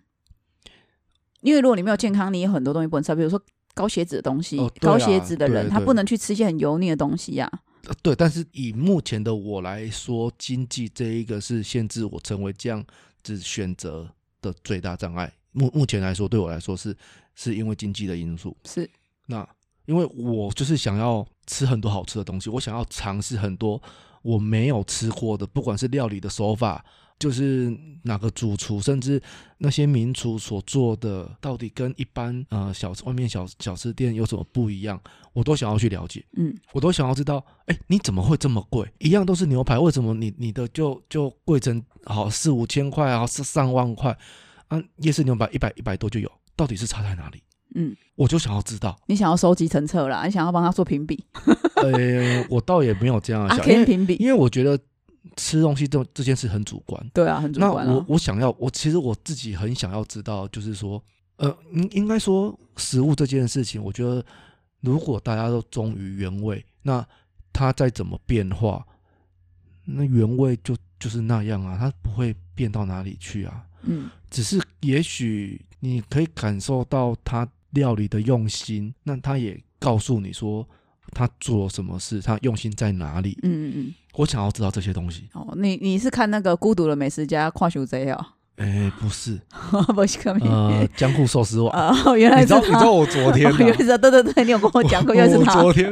Speaker 2: 因为如果你没有健康，你有很多东西不能吃，比如说高血脂的东西，
Speaker 1: 哦对啊
Speaker 2: 高血脂的人
Speaker 1: 对
Speaker 2: 他
Speaker 1: 对
Speaker 2: 不能去吃一些很油腻的东西呀、啊
Speaker 1: 呃对，但是以目前的我来说，经济这一个是限制我成为这样子选择的最大障碍。目目前来说，对我来说是是因为经济的因素。
Speaker 2: 是，
Speaker 1: 那因为我就是想要吃很多好吃的东西，我想要尝试很多我没有吃过的，不管是料理的手法，就是哪个主厨，甚至那些名厨所做的，到底跟一般呃小吃外面小小吃店有什么不一样，我都想要去了解。
Speaker 2: 嗯，
Speaker 1: 我都想要知道，哎，你怎么会这么贵？一样都是牛排，为什么你你的就就贵成好四五千块啊，是上万块啊？夜市牛排一百一百多就有，到底是差在哪里？
Speaker 2: 嗯，
Speaker 1: 我就想要知道。
Speaker 2: 你想要收集成册啦，你想要帮他做评比，
Speaker 1: 呃，我倒也没有这样
Speaker 2: 啊，
Speaker 1: 想，
Speaker 2: 可
Speaker 1: 因
Speaker 2: 以
Speaker 1: 为
Speaker 2: 评比，
Speaker 1: 因为我觉得吃东西这这件事很主观。
Speaker 2: 对啊，很主
Speaker 1: 那
Speaker 2: 观
Speaker 1: 我
Speaker 2: 啊，
Speaker 1: 我想要，我其实我自己很想要知道，就是说，呃，应应该说食物这件事情，我觉得如果大家都忠于原味，那它再怎么变化，那原味就就是那样啊，它不会变到哪里去啊。
Speaker 2: 嗯，
Speaker 1: 只是也许你可以感受到他料理的用心，那他也告诉你说他做了什么事，他用心在哪里。
Speaker 2: 嗯嗯嗯，
Speaker 1: 我想要知道这些东西。
Speaker 2: 哦，你你是看那个《孤独的美食家》跨修贼哦，
Speaker 1: 哎，不是，
Speaker 2: 不是可米。
Speaker 1: 呃，江户寿司网。
Speaker 2: 哦，原来
Speaker 1: 你知
Speaker 2: 是
Speaker 1: 道，你知
Speaker 2: 他。
Speaker 1: 道
Speaker 2: 哦，
Speaker 1: 我昨 天、啊，
Speaker 2: 原来是他，对对对，你有跟我讲过，原来 是
Speaker 1: 我
Speaker 2: 他。
Speaker 1: 昨天，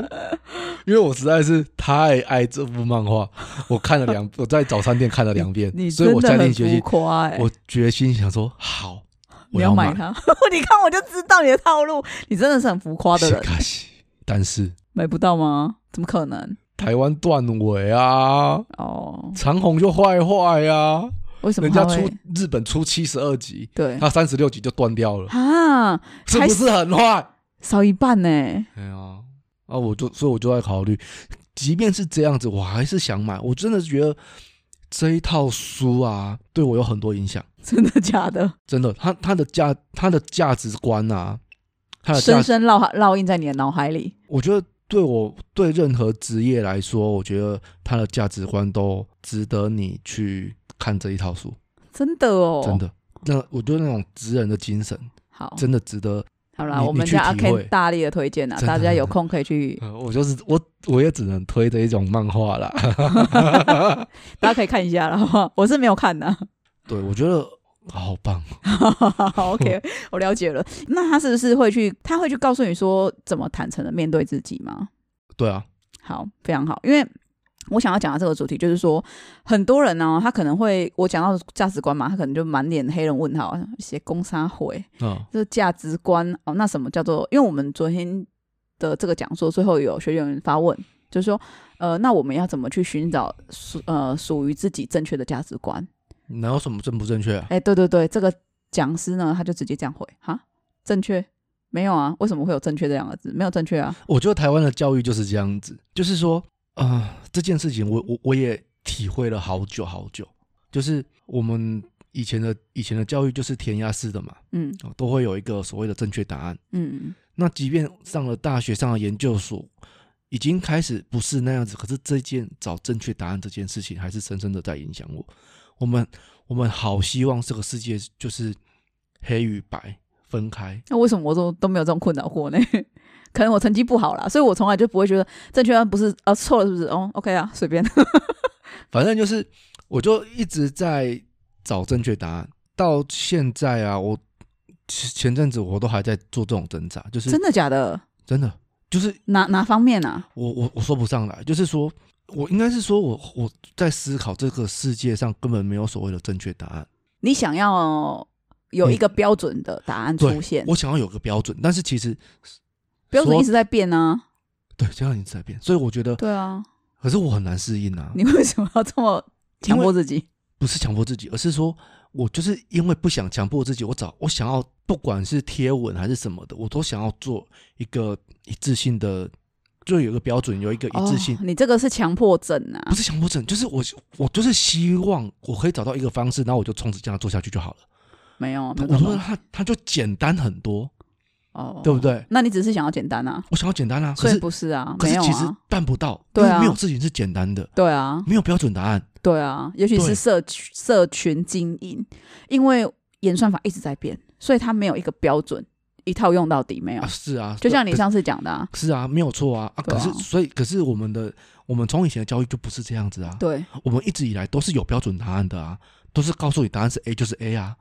Speaker 1: 因为我实在是太爱这部漫画， 我看了两，我在早餐店看了两遍
Speaker 2: 你，
Speaker 1: 所以
Speaker 2: 真
Speaker 1: 我
Speaker 2: 的
Speaker 1: 下
Speaker 2: 很
Speaker 1: 定决
Speaker 2: 浮
Speaker 1: 心，
Speaker 2: 夸哎！
Speaker 1: 我决心想说，好，
Speaker 2: 你
Speaker 1: 我
Speaker 2: 要
Speaker 1: 买
Speaker 2: 买。它， 你看我就知道你的套路，你真的是很浮夸的人，
Speaker 1: 可惜，但是
Speaker 2: 买不到吗？怎么可能？
Speaker 1: 台湾断尾啊，
Speaker 2: 哦，
Speaker 1: 长虹就坏坏啊，
Speaker 2: 为什么
Speaker 1: 人家
Speaker 2: 他
Speaker 1: 出
Speaker 2: 会？
Speaker 1: 日本出七十二集，
Speaker 2: 对
Speaker 1: 他三十六集就断掉了，
Speaker 2: 啊，
Speaker 1: 是不是很坏？
Speaker 2: 少一半呢、
Speaker 1: 哎呀，啊，我就所以我就在考虑，即便是这样子，我还是想买。我真的觉得这一套书啊，对我有很多影响。
Speaker 2: 真的假的？
Speaker 1: 真的，它它的价它的价值观啊，它的价
Speaker 2: 深
Speaker 1: 值，
Speaker 2: 深烙烙印在你的脑海里。
Speaker 1: 我觉得对我对任何职业来说，我觉得它的价值观都值得你去看这一套书。
Speaker 2: 真的哦，
Speaker 1: 真。的，那我觉得那种职人的精神，
Speaker 2: 好，
Speaker 1: 真的值得。
Speaker 2: 好啦，
Speaker 1: 你
Speaker 2: 我们
Speaker 1: 你去
Speaker 2: 家阿
Speaker 1: 体会
Speaker 2: Ken 大力的推荐啊，
Speaker 1: 真的
Speaker 2: 大家有空可以 去，
Speaker 1: 呃我就是我，我也只能推这一种漫画啦。
Speaker 2: 大家可以看一下了，好不好？我是没有看的、
Speaker 1: 对，我觉得好棒。
Speaker 2: 好 OK，我
Speaker 1: 哦
Speaker 2: 了解了。那他是不是会去？他会去告诉你说怎么坦诚的面对自己吗？
Speaker 1: 对啊，
Speaker 2: 好，非常好，因为。我想要讲的这个主题就是说，很多人呢、他可能会我讲到价值观嘛，他可能就满脸黑人问号，写攻杀会，
Speaker 1: 嗯，
Speaker 2: 这价值观哦，那什么叫做？因为我们昨天的这个讲座最后有学员发问，就是说，呃，那我们要怎么去寻找属呃属于自己正确的价值观？
Speaker 1: 哪有什么正不正确啊？
Speaker 2: 哎，对对对，这个讲师呢，他就直接这样回哈，正确没有啊？为什么会有正确这两个字？没有正确啊？
Speaker 1: 我觉得台湾的教育就是这样子，就是说，啊、这件事情我我我也体会了好久好久，就是我们以前的以前的教育就是填鸭式的嘛，
Speaker 2: 嗯
Speaker 1: 哦都会有一个所谓的正确答案。
Speaker 2: 嗯
Speaker 1: 那即便上了大学，上了研究所，已经开始不是那样子，可是这件找正确答案这件事情，还是深深的在影响我。我们我们好希望这个世界就是黑与白分开，
Speaker 2: 那为什么我都都没有这种困扰过呢？ 可能我成绩不好啦，所以我从来就不会觉得正确答案不是啊错了是不是？哦，OK 啊，随便。
Speaker 1: 反正就是，我就一直在找正确答案。到现在啊，我前前阵子我都还在做这种挣扎，就是
Speaker 2: 真的假的？
Speaker 1: 真的，就是
Speaker 2: 哪哪方面啊？
Speaker 1: 我我我说不上来，就是说我应该是说我我在思考这个世界上根本没有所谓的正确答案，
Speaker 2: 你想要有一个标准的答案出
Speaker 1: 嗯对
Speaker 2: 现，
Speaker 1: 我想要有个标准，但是其实
Speaker 2: 标准
Speaker 1: 说
Speaker 2: 一直在变啊。
Speaker 1: 对这样一直在变，所以我觉得，
Speaker 2: 对啊，
Speaker 1: 可是我很难适应啊，
Speaker 2: 你为什么要这 么强迫自己？
Speaker 1: 不是强迫自己，而是说我就是因为不想强迫自己，我找我想要不管是贴文还是什么的，我都想要做一个一致性的，就有一个标准，有一个一致性，
Speaker 2: 哦，你这个是强迫症啊
Speaker 1: 不！是强迫症，就是我我就是希望我可以找到一个方式，然后我就冲着这样做下去就好了。
Speaker 2: 没有，没
Speaker 1: 我
Speaker 2: 有这
Speaker 1: 说
Speaker 2: 种
Speaker 1: 它它就简单很多，
Speaker 2: 哦，
Speaker 1: 对不？对？
Speaker 2: 那你只是想要简单啊，
Speaker 1: 我想要简单啊，可
Speaker 2: 所以
Speaker 1: 是
Speaker 2: 不是啊，
Speaker 1: 可
Speaker 2: 没
Speaker 1: 是
Speaker 2: 有
Speaker 1: 其实
Speaker 2: 啊，
Speaker 1: 办不到，
Speaker 2: 对啊
Speaker 1: 因为没有事情是简单的，
Speaker 2: 对啊，
Speaker 1: 没有标准答案，
Speaker 2: 对啊，尤其是
Speaker 1: 对
Speaker 2: 社区社群经营，因为演算法一直在变，所以它没有一个标准，一套用到底没有
Speaker 1: 啊，。是啊，
Speaker 2: 就像
Speaker 1: 对
Speaker 2: 你上次讲的，啊，
Speaker 1: 是啊，没有错啊啊！
Speaker 2: 对
Speaker 1: 可
Speaker 2: 啊
Speaker 1: 是所以，可是我们的我们从以前的教育就不是这样子啊。
Speaker 2: 对，
Speaker 1: 我们一直以来都是有标准答案的啊，都是告诉你答案是 A 就是 A 啊。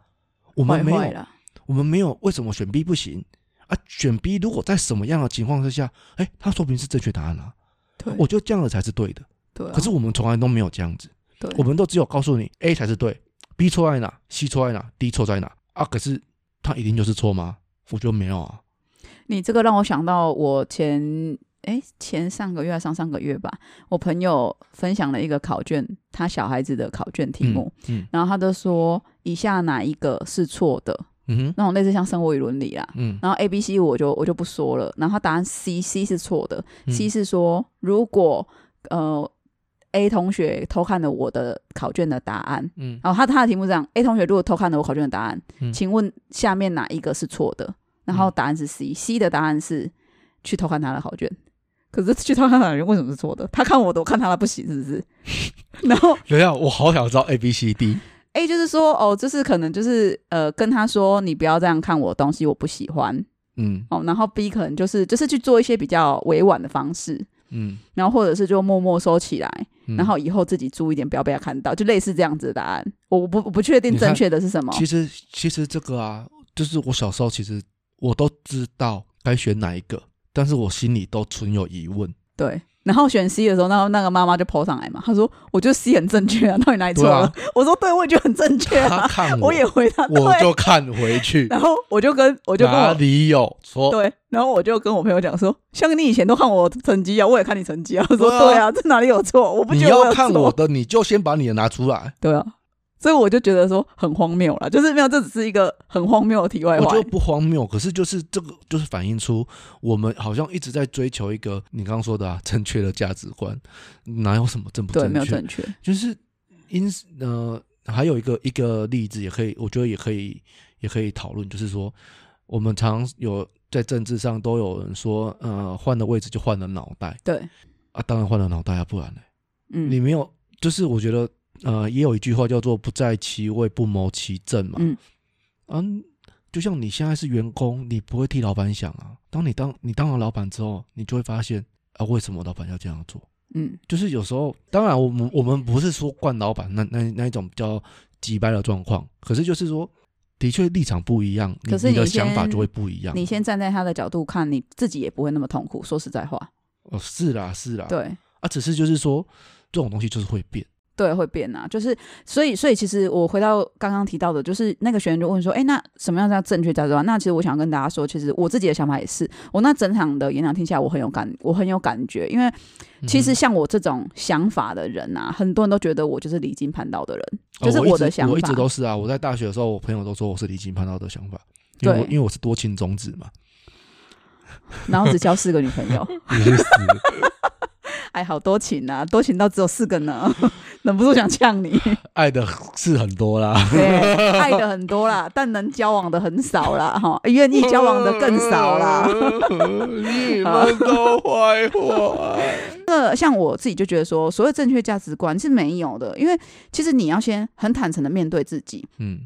Speaker 1: 我们
Speaker 2: 坏
Speaker 1: 没有，
Speaker 2: 坏了，
Speaker 1: 我们没有，为什么选 B 不行啊？选 B 如果在什么样的情况之下，哎，它说不定是正确答案啊。
Speaker 2: 对，
Speaker 1: 我觉得这样的才是对的。
Speaker 2: 对啊，
Speaker 1: 可是我们从来都没有这样子，
Speaker 2: 对啊
Speaker 1: 我们都只有告诉你 A 才是对，B 错在哪，C 错在哪，D 错在哪啊？可是它一定就是错吗？我觉得没有啊。
Speaker 2: 你这个让我想到我前哎前上个月还上上个月吧，我朋友分享了一个考卷，他小孩子的考卷题目，
Speaker 1: 嗯
Speaker 2: 然后他就说以下哪一个是错的，
Speaker 1: 嗯哼
Speaker 2: 那种类似像生活与伦理啦。
Speaker 1: 嗯
Speaker 2: 啊然后 A、B、C 我就我就不说了，然后他答案 C C 是错的、
Speaker 1: 嗯
Speaker 2: c 是说如果呃 A 同学偷看了我的考卷的答案，
Speaker 1: 嗯
Speaker 2: 然后他他的题目是这样：A 同学如果偷看了我考卷的答案，
Speaker 1: 嗯
Speaker 2: 请问下面哪一个是错的？然后答案是 C，C、的答案是去偷看他的考卷。可是去偷看他的考卷为什么是错的？他看我的，我看他的不行，是不是？ 然后
Speaker 1: 等一下，我好想知道 A B C D。
Speaker 2: A 就是说，哦，就是可能就是呃，跟他说你不要这样看我的东西，我不喜欢
Speaker 1: 嗯
Speaker 2: 哦。然后 B 可能就是就是去做一些比较委婉的方式，
Speaker 1: 嗯
Speaker 2: 然后或者是就默默收起来，
Speaker 1: 嗯
Speaker 2: 然后以后自己注意点，不要被他看到，就类似这样子的答案。我我不我不确定正确的是什么。
Speaker 1: 其实其实这个啊，就是我小时候其实我都知道该选哪一个，但是我心里都存有疑问。
Speaker 2: 对，然后选 C 的时候，那那个妈妈就抛上来嘛，她说：“我觉得 C 很正确啊，到底哪里错了？” 我说：“对，我也觉得很正确
Speaker 1: 他
Speaker 2: 啊。
Speaker 1: 看”
Speaker 2: 我也回答
Speaker 1: 我
Speaker 2: 对，
Speaker 1: 就看回去，
Speaker 2: 然后我就跟我就跟
Speaker 1: 哪
Speaker 2: 我
Speaker 1: 里有错？
Speaker 2: 对，然后我就跟我朋友讲说：“像你以前都看我成绩啊，我也看你成绩啊。”我说：“
Speaker 1: 对啊
Speaker 2: 对啊，这哪里有错？我不
Speaker 1: 你
Speaker 2: 觉得有
Speaker 1: 要
Speaker 2: 错
Speaker 1: 看我的，你就先把你的拿出来。
Speaker 2: 对啊，所以我就觉得说很荒谬啦，就是没有，这只是一个很荒谬的题外
Speaker 1: 我觉
Speaker 2: 话
Speaker 1: 得。不荒谬，可是就是这个，就是反映出我们好像一直在追求一个你刚刚说的啊正确的价值观，哪有什么正不
Speaker 2: 对，
Speaker 1: 正
Speaker 2: 没有
Speaker 1: 确？
Speaker 2: 正确。
Speaker 1: 就是因呃，还有一个一个例子也可以，我觉得也可以也可以讨论，就是说我们常有在政治上都有人说，呃，换了位置就换了脑袋
Speaker 2: 对，
Speaker 1: 啊，当然换了脑袋啊，不然呢？你
Speaker 2: 嗯，
Speaker 1: 没有，就是我觉得呃，也有一句话叫做“不在其位，不谋其政”嘛。
Speaker 2: 嗯
Speaker 1: 嗯、就像你现在是员工，你不会替老板想啊。当你当你当了老板之后，你就会发现啊，为什么老板要这样做？
Speaker 2: 嗯，
Speaker 1: 就是有时候，当然我们我们不是说惯老板那那那一种比较急掰的状况，可是就是说，的确立场不一样，你
Speaker 2: 可是
Speaker 1: 你的
Speaker 2: 你先
Speaker 1: 想法就会不一样。
Speaker 2: 你先站在他的角度看，你自己也不会那么痛苦。说实在话，
Speaker 1: 哦，是啦是啦，
Speaker 2: 对
Speaker 1: 啊，只是就是说这种东西就是会变，
Speaker 2: 对，会变啊。就是所以所以，其实我回到刚刚提到的，就是那个学员就问说：“哎，那什么样叫正确价值观？”那其实我想跟大家说，其实我自己的想法也是，我那整场的演讲听起来，我很有感，我很有感觉，因为其实
Speaker 1: 嗯
Speaker 2: 像我这种想法的人啊，很多人都觉得我就是离经叛道的人。
Speaker 1: 哦
Speaker 2: 就是
Speaker 1: 我一
Speaker 2: 我的
Speaker 1: 直
Speaker 2: 想法
Speaker 1: 我一直都是啊，我在大学的时候，我朋友都说我是离经叛道的想法，因为我
Speaker 2: 对
Speaker 1: 因为我是多情种子嘛，
Speaker 2: 然后只交四个女 朋友，
Speaker 1: 你去死！
Speaker 2: 哎，好多情啊，多情到只有四个呢， 忍不住想呛你。
Speaker 1: 爱的是很多 啦，
Speaker 2: 对，爱的很多啦，但能交往的很少啦，哈，愿意交往的更少 啦。
Speaker 1: 你们都坏坏。
Speaker 2: 那像我自己就觉得说，所谓正确价值观是没有的，因为其实你要先很坦诚的面对自己。
Speaker 1: 嗯，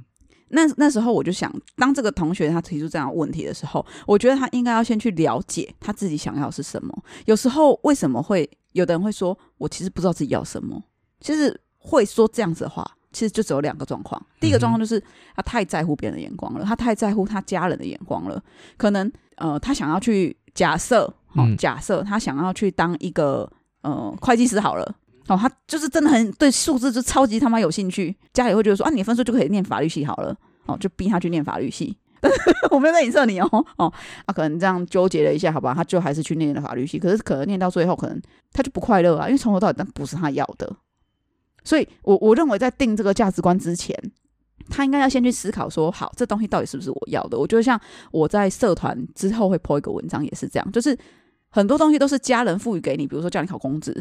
Speaker 2: 那那时候我就想，当这个同学他提出这样的问题的时候，我觉得他应该要先去了解他自己想要的是什么。有时候为什么会有的人会说，我其实不知道自己要什么，其实会说这样子的话，其实就只有两个状况。第一个状况就是他太在乎别人的眼光了，他太在乎他家人的眼光了，可能呃，他想要去假设，哦
Speaker 1: 嗯，
Speaker 2: 假设他想要去当一个呃会计师好了。哦，他就是真的很对数字就超级他妈有兴趣，家里会觉得说啊，你分数就可以念法律系好了，哦，就逼他去念法律系。 但是我没有在影射你哦，哦，啊，可能这样纠结了一下，好吧，他就还是去念了法律系，可是可能念到最后，可能他就不快乐啊，因为从头到尾那不是他要的。所以我我认为在定这个价值观之前，他应该要先去思考说，好，这东西到底是不是我要的？我觉得像我在社团之后会 po 一个文章，也是这样，就是很多东西都是家人赋予给你，比如说叫你考公职，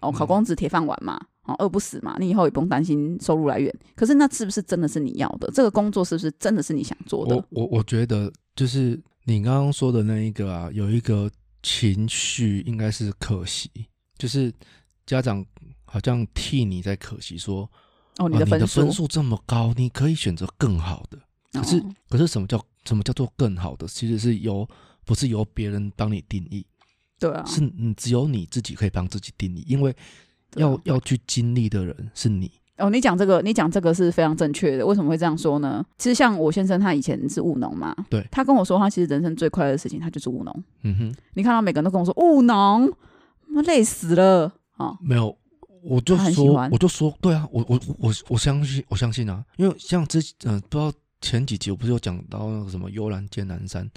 Speaker 2: 哦，
Speaker 1: 嗯
Speaker 2: 考公职铁饭碗嘛，哦，饿不死嘛，你以后也不用担心收入来源。可是那是不是真的是你要的？这个工作是不是真的是你想做的
Speaker 1: 我？我我觉得就是你刚刚说的那一个啊，有一个情绪应该是可惜，就是家长好像替你在可惜说，
Speaker 2: 哦，
Speaker 1: 啊
Speaker 2: 的分
Speaker 1: 分数这么高，你可以选择更好的。可是
Speaker 2: 哦
Speaker 1: 可是什么叫什么叫做更好的？其实是由不是由别人帮你定义，
Speaker 2: 对啊，
Speaker 1: 是你只有你自己可以帮自己定义，因为
Speaker 2: 对啊
Speaker 1: 要要去经历的人是你。
Speaker 2: 哦，你讲这个，你讲这个是非常正确的。为什么会这样说呢？其实像我先生，他以前是务农嘛，
Speaker 1: 对
Speaker 2: 他跟我说，他其实人生最快乐的事情，他就是务农。
Speaker 1: 嗯哼，
Speaker 2: 你看到每个人都跟我说务农，我累死了哦，
Speaker 1: 没有，我就
Speaker 2: 他很喜
Speaker 1: 说
Speaker 2: 欢，
Speaker 1: 我就说，对啊，我我我我相信，我相信啊，因为像之嗯、不知道前几集我不是有讲到那个什么幽兰见南山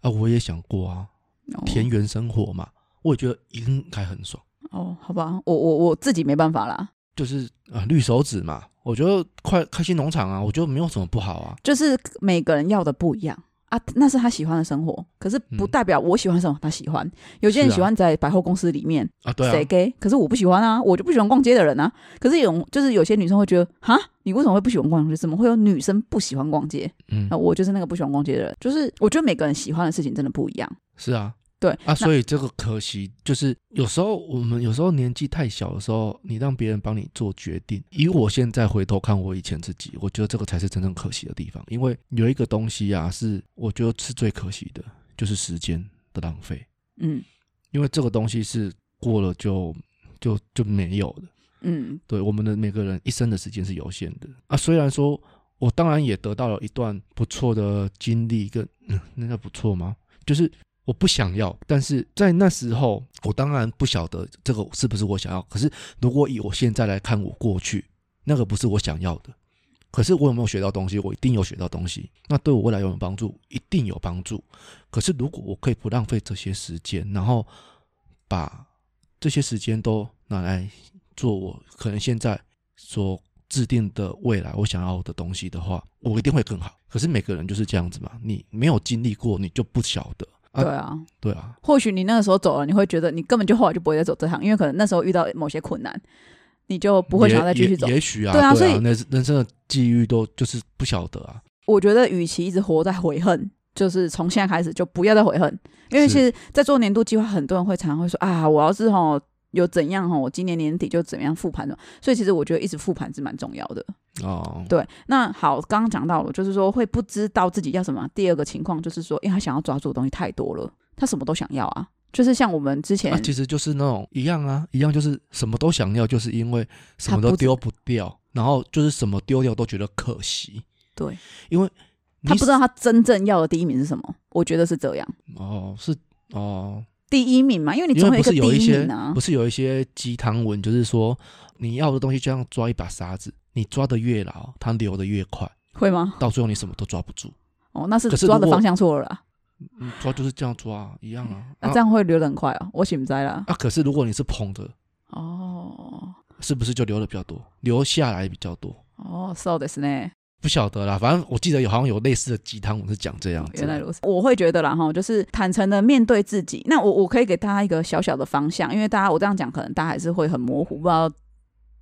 Speaker 1: 啊，我也想过啊，
Speaker 2: 哦
Speaker 1: 田园生活嘛，我也觉得应该很爽。
Speaker 2: 哦，好吧，我我我自己没办法啦，
Speaker 1: 就是啊、绿手指嘛，我觉得快开心农场啊，我觉得没有什么不好啊。
Speaker 2: 就是每个人要的不一样啊，那是他喜欢的生活，可是不
Speaker 1: 嗯
Speaker 2: 代表我喜欢什么他喜欢。有些人
Speaker 1: 是啊
Speaker 2: 喜欢在百货公司里面，
Speaker 1: 啊，对
Speaker 2: 谁
Speaker 1: 啊，
Speaker 2: 给？可是我不喜欢啊，我就不喜欢逛街的人啊。可是有就是有些女生会觉得，哈，你为什么会不喜欢逛街？怎么会有女生不喜欢逛街？
Speaker 1: 嗯
Speaker 2: 啊、，我就是那个不喜欢逛街的人。就是我觉得每个人喜欢的事情真的不一样。
Speaker 1: 是啊，
Speaker 2: 对
Speaker 1: 啊，所以这个可惜就是有时候我们有时候年纪太小的时候，你让别人帮你做决定。以我现在回头看我以前自己，我觉得这个才是真正可惜的地方，因为有一个东西啊，是我觉得是最可惜的，就是时间的浪费，
Speaker 2: 嗯，
Speaker 1: 因为这个东西是过了就就就没有的。
Speaker 2: 嗯
Speaker 1: 对，我们的每个人一生的时间是有限的啊。虽然说我当然也得到了一段不错的经历跟，嗯、那叫不错吗？就是我不想要，但是在那时候，我当然不晓得这个是不是我想要。可是如果以我现在来看，我过去那个不是我想要的。可是我有没有学到东西？我一定有学到东西，那对我未来有没有帮助？一定有帮助。可是如果我可以不浪费这些时间，然后把这些时间都拿来做我可能现在所制定的未来我想要的东西的话，我一定会更好。可是每个人就是这样子嘛，你没有经历过，你就不晓得。啊
Speaker 2: 对啊，
Speaker 1: 对啊，
Speaker 2: 或许你那个时候走了，你会觉得你根本就后来就不会再走这趟，因为可能那时候遇到某些困难，你就不会想要再继续走
Speaker 1: 也也。也许啊，
Speaker 2: 对啊所
Speaker 1: 对
Speaker 2: 以
Speaker 1: 啊，那人生的际遇都就是不晓得啊。
Speaker 2: 我觉得，与其一直活在悔恨，就是从现在开始就不要再悔恨，因为
Speaker 1: 是
Speaker 2: 其实，在做年度计划，很多人会常常会说啊，我要是吼有怎样吼，我今年年底就怎么样复盘了。所以其实我觉得一直复盘是蛮重要的。
Speaker 1: 哦，
Speaker 2: 对，那好，刚刚讲到了，就是说会不知道自己要什么。第二个情况就是说，因为他想要抓住的东西太多了，他什么都想要啊。就是像我们之前，
Speaker 1: 啊，其实就是那种一样啊，一样就是什么都想要，就是因为什么
Speaker 2: 他
Speaker 1: 都
Speaker 2: 不知
Speaker 1: 丢不掉，然后就是什么丢掉都觉得可惜。
Speaker 2: 对，
Speaker 1: 因为你
Speaker 2: 他不知道他真正要的第一名是什么。我觉得是这样，
Speaker 1: 哦，是哦，
Speaker 2: 第一名嘛，因为你
Speaker 1: 因
Speaker 2: 总
Speaker 1: 为
Speaker 2: 有
Speaker 1: 不
Speaker 2: 个
Speaker 1: 是
Speaker 2: 第
Speaker 1: 有一
Speaker 2: 一
Speaker 1: 些
Speaker 2: 名啊
Speaker 1: 不。是有一些鸡汤文，就是说你要的东西就像抓一把沙子，你抓的越牢，它流的越快，
Speaker 2: 会吗？
Speaker 1: 到最后你什么都抓不住。
Speaker 2: 哦，那是
Speaker 1: 可是
Speaker 2: 抓
Speaker 1: 如
Speaker 2: 的
Speaker 1: 果
Speaker 2: 方向错了啦。
Speaker 1: 嗯，抓就是这样抓啊，一样啊。
Speaker 2: 那、
Speaker 1: 啊
Speaker 2: 这样会流得很快哦，我醒不在啦。
Speaker 1: 啊，可是如果你是捧着，
Speaker 2: 哦
Speaker 1: 是不是就流的比较多，流下来比较多？
Speaker 2: 哦，そうですね。
Speaker 1: 不晓得啦，反正我记得有好像有类似的鸡汤文是讲这样子
Speaker 2: 原
Speaker 1: 的。
Speaker 2: 来如此，我会觉得啦哈，就是坦诚的面对自己。那我我可以给大家一个小小的方向，因为大家我这样讲，可能大家还是会很模糊，不知道。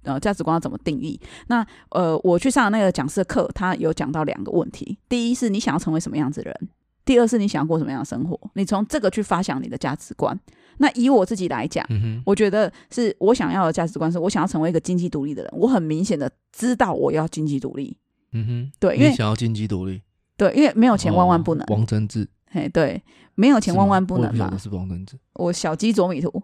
Speaker 2: 呃，价值观要怎么定义？那呃，我去上那个讲师的课，他有讲到两个问题：第一是你想要成为什么样子的人；第二是你想要过什么样的生活。你从这个去发想你的价值观。那以我自己来讲，
Speaker 1: 嗯哼，
Speaker 2: 我觉得是我想要的价值观是我想要成为一个经济独立的人。我很明显的知道我要经济独立，
Speaker 1: 嗯哼，
Speaker 2: 对因为
Speaker 1: 你想要经济独立，
Speaker 2: 对，因为没有钱万万不能
Speaker 1: 哦。王贞治，
Speaker 2: 嘿，对，没有钱
Speaker 1: 是吗
Speaker 2: 万万不
Speaker 1: 我也
Speaker 2: 能
Speaker 1: 晓
Speaker 2: 嘛
Speaker 1: 得。是王贞治。
Speaker 2: 我小鸡啄米图，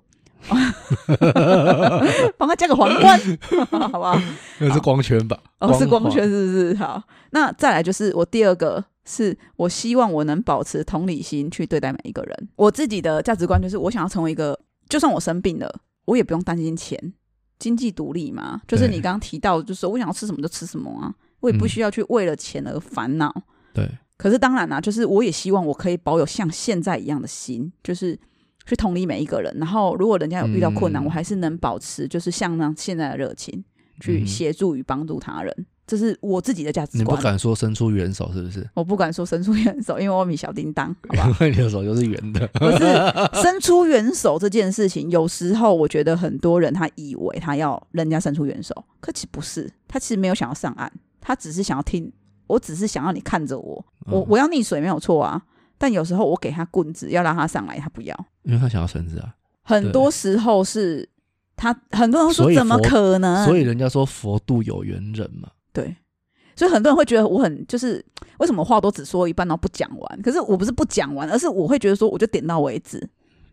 Speaker 2: 帮他加个皇冠， 好不好？
Speaker 1: 那是光嗯圈吧？
Speaker 2: 哦，是光
Speaker 1: 环
Speaker 2: 圈，是不是？好，那再来就是我第二个，是我希望我能保持同理心去对待每一个人。我自己的价值观就是，我想要成为一个，就算我生病了，我也不用担心钱，经济独立嘛。就是
Speaker 1: 对
Speaker 2: 你刚刚提到的，就是我想要吃什么就吃什么啊，我也不
Speaker 1: 嗯
Speaker 2: 需要去为了钱而烦恼。
Speaker 1: 对，
Speaker 2: 可是当然啦、就是我也希望我可以保有像现在一样的心，就是去同理每一个人。然后，如果人家有遇到困难，
Speaker 1: 嗯
Speaker 2: 我还是能保持就是像那现在的热情，去
Speaker 1: 嗯
Speaker 2: 协助与帮助他人。这是我自己的价值
Speaker 1: 你不
Speaker 2: 观。
Speaker 1: 敢说伸出援手是不是？
Speaker 2: 我不敢说伸出 援手，因为我米小叮当，好吧？
Speaker 1: 因为你的手就是圆的。
Speaker 2: 可是伸出援手这件事情，有时候我觉得很多人他以为他要人家伸出援手，可其实不是，他其实没有想要上岸，他只是想要听，我只是想要你看着我，我
Speaker 1: 嗯
Speaker 2: 我要溺水没有错啊，但有时候我给他棍子，要让他上来，他不要。
Speaker 1: 因为他想要绳子啊，
Speaker 2: 很多时候是他，很多人会说
Speaker 1: 所以
Speaker 2: 怎么
Speaker 1: 佛
Speaker 2: 可能？
Speaker 1: 所以人家说佛度有缘人嘛。
Speaker 2: 对，所以很多人会觉得我很就是为什么话都只说一半，然后不讲完。可是我不是不讲完，而是我会觉得说我就点到为止。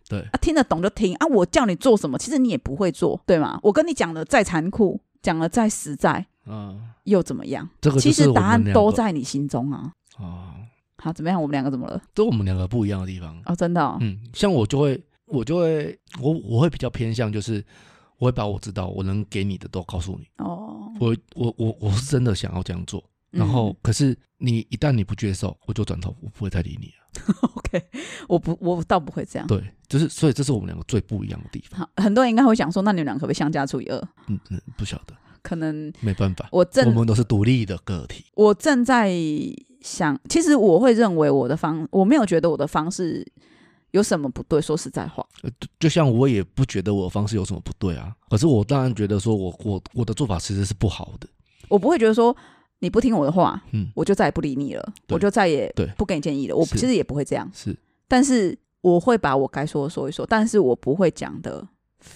Speaker 1: 对
Speaker 2: 啊，听得懂就听啊，我叫你做什么，其实你也不会做，对吗？我跟你讲的再残酷，讲的再实在
Speaker 1: 嗯，
Speaker 2: 又怎么样？
Speaker 1: 这个
Speaker 2: 其
Speaker 1: 就是
Speaker 2: 实
Speaker 1: 我们
Speaker 2: 答案
Speaker 1: 两
Speaker 2: 都
Speaker 1: 个
Speaker 2: 在你心中啊。
Speaker 1: 哦，
Speaker 2: 好，怎么样？我们两个怎么了？
Speaker 1: 这我们两个不一样的地方。
Speaker 2: 哦，真的、哦，
Speaker 1: 嗯，像我就会，我就会，我我会比较偏向就是，我会把我知道我能给你的都告诉你。
Speaker 2: 哦，嗯
Speaker 1: 我我我我是真的想要这样做，嗯然后、可是你一旦你不接受，我就转头，我不会再理你了。
Speaker 2: 嗯 OK，我不，我倒不会这样。
Speaker 1: 对，就是所以这是我们两个最不一样的地方。
Speaker 2: 好，很多人应该会想说，那你们俩可不可以相加除以二？
Speaker 1: 嗯嗯，不晓得，
Speaker 2: 可能
Speaker 1: 没办法，
Speaker 2: 我正
Speaker 1: 我们都是独立的个体。
Speaker 2: 我正在想，其实我会认为我的方，我没有觉得我的方式有什么不对。说实在话，
Speaker 1: 就像我也不觉得我的方式有什么不对啊，可是我当然觉得说我我我的做法其实是不好的，
Speaker 2: 我不会觉得说你不听我的话，
Speaker 1: 嗯，
Speaker 2: 我就再也不理你了，
Speaker 1: 对
Speaker 2: 我就再也
Speaker 1: 对
Speaker 2: 不给你建议了。我
Speaker 1: 是
Speaker 2: 其实也不会这样，
Speaker 1: 是
Speaker 2: 但是我会把我该说的说一说，但是我不会讲的，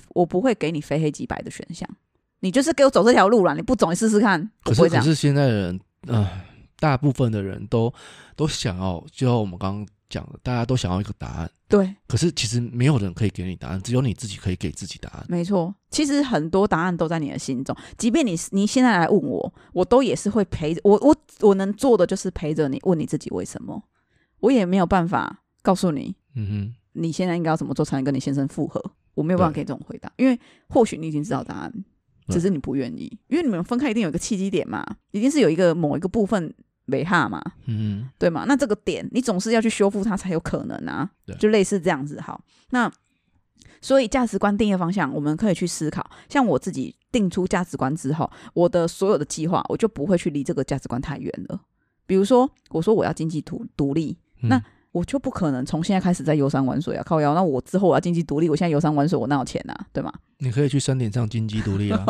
Speaker 2: 我不会给你非黑即白的选项。你就是给我走这条路啦，你不走你试试看，
Speaker 1: 可
Speaker 2: 我不
Speaker 1: 是
Speaker 2: 会这
Speaker 1: 可
Speaker 2: 样。
Speaker 1: 是现在的人，啊、大部分的人都都想要，就像我们刚刚讲的，大家都想要一个答案，
Speaker 2: 对，
Speaker 1: 可是其实没有人可以给你答案，只有你自己可以给自己答案。
Speaker 2: 没错，其实很多答案都在你的心中。即便你你现在来问我，我都也是会陪着我，我我能做的就是陪着你，问你自己为什么。我也没有办法告诉你，
Speaker 1: 嗯
Speaker 2: 你现在应该要怎么做才能跟你先生复合。我没有办法
Speaker 1: 对
Speaker 2: 给这种回答，因为或许你已经知道答案，
Speaker 1: 对
Speaker 2: 只是你不愿意，因为你们分开一定有一个契机点嘛，一定是有一个某一个部分没哈嘛。
Speaker 1: 哼，嗯
Speaker 2: 对吗？那这个点你总是要去修复它才有可能啊
Speaker 1: 对，
Speaker 2: 就类似这样子。好，那所以价值观定义的方向，我们可以去思考。像我自己定出价值观之后，我的所有的计划，我就不会去离这个价值观太远了。比如说，我说我要经济独独立，
Speaker 1: 哼，
Speaker 2: 那我就不可能从现在开始在游山玩水啊，靠腰。那我之后我要经济独立，我现在游山玩水，我哪有钱啊？对吗？
Speaker 1: 你可以去山顶上金鸡独立啊，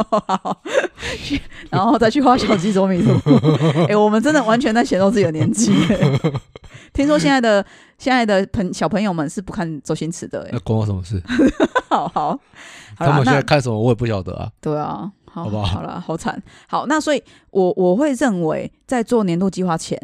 Speaker 2: 然后再去画小鸡啄米 图。哎、我们真的完全在显露自己的年纪 耶。听说现在的现在的朋小朋友们是不看周星驰的，哎
Speaker 1: 那，关我什么事？
Speaker 2: 好好，好
Speaker 1: 他
Speaker 2: 啦
Speaker 1: 们，现在
Speaker 2: 那
Speaker 1: 看什么我也不晓得啊。
Speaker 2: 对啊，好，
Speaker 1: 好不好
Speaker 2: 好啦，好惨，好，那所以我我会认为，在做年度计划前，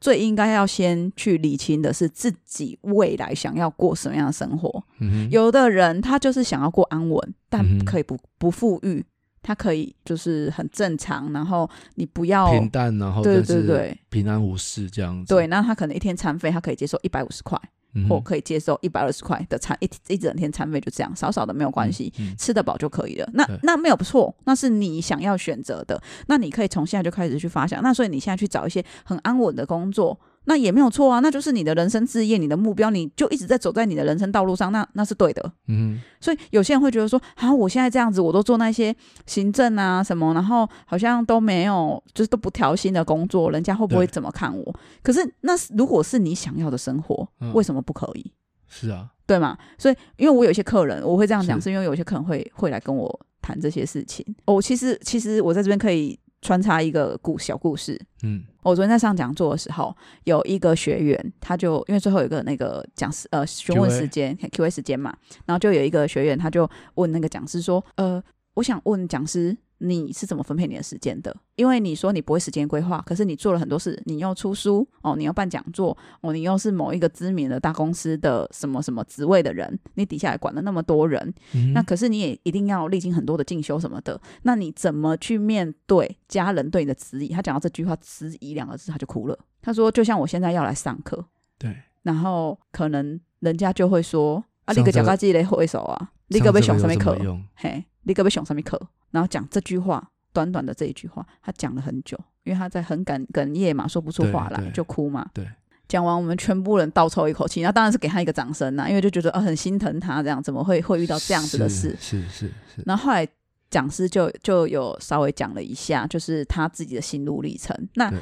Speaker 2: 最应该要先去理清的是自己未来想要过什么样的生活。
Speaker 1: 嗯哼，
Speaker 2: 有的人他就是想要过安稳，但
Speaker 1: 嗯哼
Speaker 2: 可以不不富裕，他可以就是很正常，然后你不要
Speaker 1: 平淡，然后
Speaker 2: 对
Speaker 1: 但
Speaker 2: 对
Speaker 1: 是
Speaker 2: 对
Speaker 1: 平安无事这样子。
Speaker 2: 对，，那他可能一天餐费他可以接受一百五十块，
Speaker 1: 嗯
Speaker 2: 或
Speaker 1: 哼
Speaker 2: 可以接受一百二十块的餐一一整天餐费就这样，少少的没有关系。
Speaker 1: 嗯
Speaker 2: 吃得饱就可以了，那
Speaker 1: 对
Speaker 2: 那没有不错，那是你想要选择的，那你可以从现在就开始去发想。那所以你现在去找一些很安稳的工作，那也没有错啊，那就是你的人生置业，你的目标，你就一直在走在你的人生道路上，那那是对的。
Speaker 1: 嗯
Speaker 2: 所以有些人会觉得说，啊，我现在这样子，我都做那些行政啊什么，然后好像都没有，就是都不调薪的工作，人家会不会
Speaker 1: 对
Speaker 2: 怎么看我？可是那是如果是你想要的生活，
Speaker 1: 嗯
Speaker 2: 为什么不可以？
Speaker 1: 哼，是啊，
Speaker 2: 对吗？所以因为我有一些客人，我会这样讲，
Speaker 1: 是
Speaker 2: 是因为有一些客人会会来跟我谈这些事情。哦，其实其实我在这边可以穿插一个故小故事，
Speaker 1: 嗯
Speaker 2: 我昨天在上讲座的时候，有一个学员，他就因为最后有一个那个讲师呃询问
Speaker 1: Q&A
Speaker 2: 时间 Q&A 时间嘛，然后就有一个学员他就问那个讲师说，呃，我想问讲师你是怎么分配你的时间的？因为你说你不会时间规划，可是你做了很多事，你又出书哦，你又办讲座哦，你又是某一个知名的大公司的什么什么职位的人，你底下也管了那么多人，
Speaker 1: 嗯哼，
Speaker 2: 那可是你也一定要历经很多的进修什么的，那你怎么去面对家人对你的质疑？他讲到这句话“质疑”两个字，他就哭了。他说：“就像我现在要来上课，
Speaker 1: 对，
Speaker 2: 然后可能人家就会说啊，你
Speaker 1: 上
Speaker 2: 个假
Speaker 1: 这个
Speaker 2: 嘎自己的挥手啊，你个被
Speaker 1: 上这个
Speaker 2: 熊上面
Speaker 1: 有
Speaker 2: 课
Speaker 1: 什么，用？
Speaker 2: 嘿，你个被熊上面课。”然后讲这句话，短短的这一句话，他讲了很久，因为他在很哽哽咽嘛，说不出
Speaker 1: 对
Speaker 2: 话来，
Speaker 1: 对
Speaker 2: 就哭嘛。
Speaker 1: 对。
Speaker 2: 讲完，我们全部人倒抽一口气，那当然是给他一个掌声呐、因为就觉得啊、很心疼他这样，怎么会会遇到这样子的事？
Speaker 1: 是是是是，
Speaker 2: 然后后来讲师就就有稍微讲了一下，就是他自己的心路历程。那
Speaker 1: 对，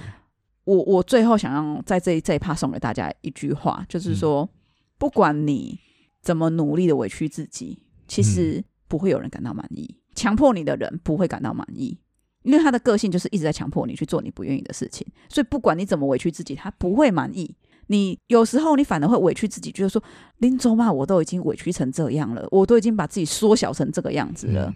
Speaker 2: 我我最后想要在这一这一趴送给大家一句话，就是说，不管你怎么努力的委屈自己，其实不会有人感到满意，强迫你的人不会感到满意。因为他的个性就是一直在强迫你去做你不愿意的事情，所以不管你怎么委屈自己，他不会满意。你有时候你反而会委屈自己，就是说林总啊嘛，我都已经委屈成这样了，我都已经把自己缩小成这个样子了，
Speaker 1: 嗯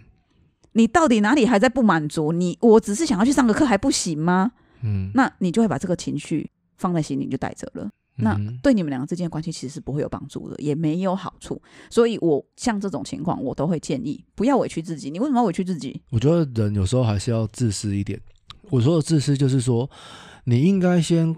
Speaker 2: 你到底哪里还在不满足？你我只是想要去上个课还不行吗？
Speaker 1: 嗯，
Speaker 2: 那你就会把这个情绪放在心里，你就带着了。那
Speaker 1: 嗯哼
Speaker 2: 对你们两个之间的关系其实是不会有帮助的，也没有好处。所以我像这种情况，我都会建议不要委屈自己。你为什么要委屈自己？
Speaker 1: 我觉得人有时候还是要自私一点。我说的自私就是说，你应该先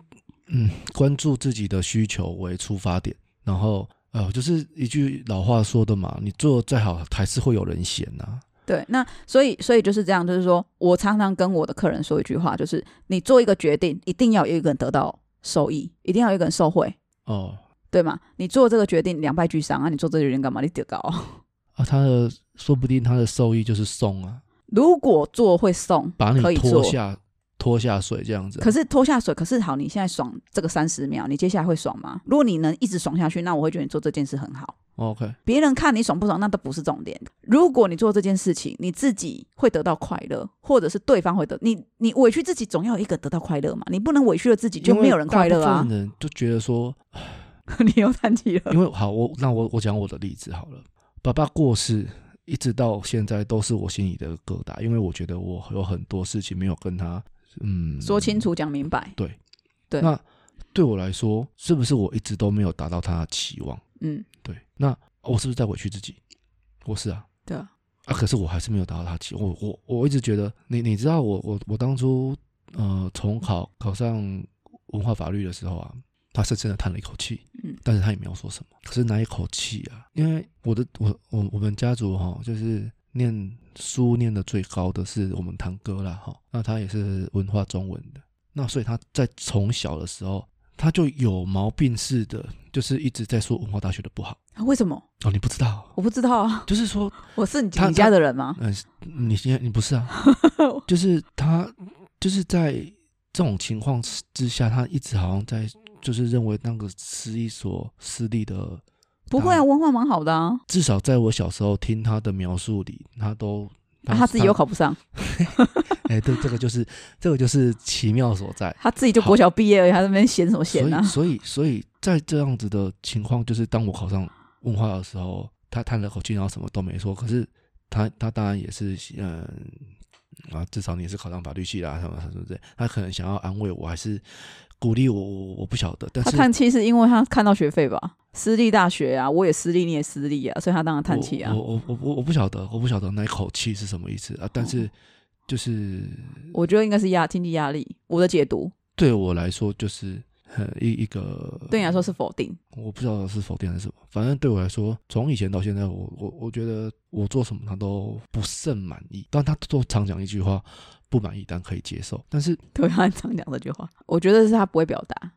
Speaker 1: 嗯关注自己的需求为出发点，然后呃，就是一句老话说的嘛，你做得再好还是会有人嫌啊呐、
Speaker 2: 对，那所以所以就是这样，就是说我常常跟我的客人说一句话，就是你做一个决定，一定要有一个人得到收益，一定要有一个人受惠，
Speaker 1: 哦
Speaker 2: 对吗？你做这个决定两败俱伤啊，你做这个决定干嘛？你哦得搞。
Speaker 1: 啊，他的说不定他的受益就是送啊，
Speaker 2: 如果做会送，
Speaker 1: 把
Speaker 2: 可
Speaker 1: 你
Speaker 2: 以
Speaker 1: 拖
Speaker 2: 做。
Speaker 1: 下拖下水这样子啊、
Speaker 2: 可是拖下水，可是好，你现在爽这个三十秒，你接下来会爽吗？如果你能一直爽下去，那我会觉得你做这件事很好。
Speaker 1: 哦 OK，
Speaker 2: 别人看你爽不爽，那都不是重点。如果你做这件事情，你自己会得到快乐，或者是对方会得你，你委屈自己总要有一个得到快乐嘛，你不能委屈了自己就没有人快乐
Speaker 1: 因为大部
Speaker 2: 啊
Speaker 1: 分。人就觉得说，
Speaker 2: 你又叹气了，
Speaker 1: 因为好，我那我我讲我的例子好了。爸爸过世，一直到现在都是我心里的疙瘩，因为我觉得我有很多事情没有跟他嗯
Speaker 2: 说清。楚讲明白。
Speaker 1: 对
Speaker 2: 对
Speaker 1: 那对我来说，是不是我一直都没有达到他的期望？
Speaker 2: 嗯，
Speaker 1: 对，那哦我是不是在委屈自己？我是啊，
Speaker 2: 对啊，
Speaker 1: 啊，可是我还是没有达到他期望。我我我一直觉得，你你知道我，我我当初呃重考考上文化法律的时候啊，他深深的叹了一口气，
Speaker 2: 嗯，
Speaker 1: 但是他也没有说什么。可是那一口气啊，因为我的我我我们家族哈、就是念书念的最高的是我们堂哥啦哈、那他也是文化中文的，那所以他在从小的时候。他就有毛病似的，就是一直在说文化大学的不好
Speaker 2: 啊为什么？
Speaker 1: 哦，你不知道，
Speaker 2: 我不知道啊，
Speaker 1: 就是说
Speaker 2: 我是你
Speaker 1: 他
Speaker 2: 你家的人吗？
Speaker 1: 嗯，你现在你不是啊？就是他，就是在这种情况之下，他一直好像在，就是认为那个是一所私立的，
Speaker 2: 不会啊，文化蛮好的啊，
Speaker 1: 至少在我小时候听他的描述里，他都
Speaker 2: 啊他自己又，考不上，
Speaker 1: 哎，对，这个就是这个就是奇妙所在。
Speaker 2: 他自己就国小毕业而已，他在那边闲什么
Speaker 1: 所
Speaker 2: 闲啊
Speaker 1: 以，？所以，所以在这样子的情况，就是当我考上文化的时候，他叹了口气，然后什么都没说。可是他，他当然也是，嗯，啊，至少你也是考上法律系啦，什么什么什么之类。他可能想要安慰我，还是鼓励我，我我不晓得。但
Speaker 2: 他
Speaker 1: 是
Speaker 2: 叹气是因为他看到学费吧？私立大学啊，我也私立，你也私立啊，所以他当然叹气啊
Speaker 1: 我。我我我我不晓得，我不晓得那一口气是什么意思啊。但
Speaker 2: 哦
Speaker 1: 是，就是
Speaker 2: 我觉得应该是压经济压力，我的解读
Speaker 1: 对我来说，就是很一一个
Speaker 2: 对你来说是否定。
Speaker 1: 我不知道是否定还是什么，反正对我来说，从以前到现在，我我我觉得我做什么他都不甚满意，但他都常讲一句话，不满意但可以接受。但是
Speaker 2: 对，他很常讲这句话，我觉得是他不会表达，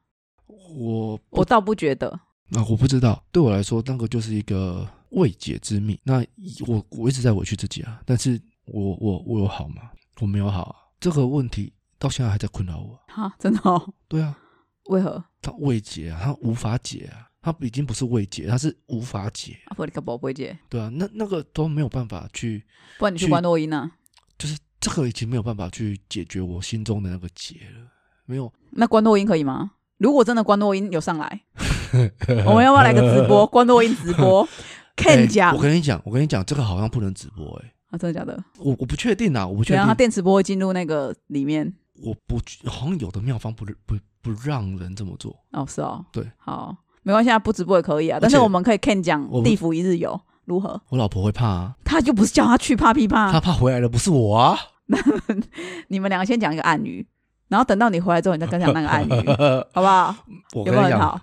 Speaker 1: 我
Speaker 2: 我
Speaker 1: 不
Speaker 2: 倒不觉得。
Speaker 1: 那、我不知道，对我来说那个就是一个未解之谜。那我我一直在委屈自己啊，但是我我我有好吗？我没有好啊，这个问题到现在还在困扰我。
Speaker 2: 哈，真的哦？
Speaker 1: 对啊，
Speaker 2: 为何？
Speaker 1: 他未解啊，他无法解啊，他已经不是未解，他是无法解。
Speaker 2: 啊，不，你可不会姐，
Speaker 1: 对啊，那那个都没有办法去。
Speaker 2: 不然你去
Speaker 1: 去
Speaker 2: 关洛音啊？
Speaker 1: 就是这个已经没有办法去解决我心中的那个结了，没有。
Speaker 2: 那关洛音可以吗？如果真的关洛音有上 来，我们要不要来个直播？关洛音 直播
Speaker 1: 哎
Speaker 2: ，Ken 讲、
Speaker 1: 我跟你讲，我跟你讲，这个好像不能直播、欸，哎，
Speaker 2: 啊，真的假的？
Speaker 1: 我我不确定啊，我不确
Speaker 2: 怎样？他
Speaker 1: 定，
Speaker 2: 电磁波会进入那个里面？
Speaker 1: 我不好像有的妙方不不不让人这么做，
Speaker 2: 哦，是哦，
Speaker 1: 对，
Speaker 2: 好，没关系啊，不直播也可以啊，但是
Speaker 1: 而且
Speaker 2: 我们可以 Ken 讲
Speaker 1: 我们
Speaker 2: 地府一日游如何？
Speaker 1: 我老婆会怕啊，
Speaker 2: 他就不是叫他去怕屁 怕，
Speaker 1: 她怕回来的不是我啊，
Speaker 2: 你们两个先讲一个暗语，然后等到你回来之后，你再跟他讲那个暗语，好不好？
Speaker 1: 我
Speaker 2: 有
Speaker 1: 跟
Speaker 2: 没有
Speaker 1: 你
Speaker 2: 很
Speaker 1: 讲，
Speaker 2: 好？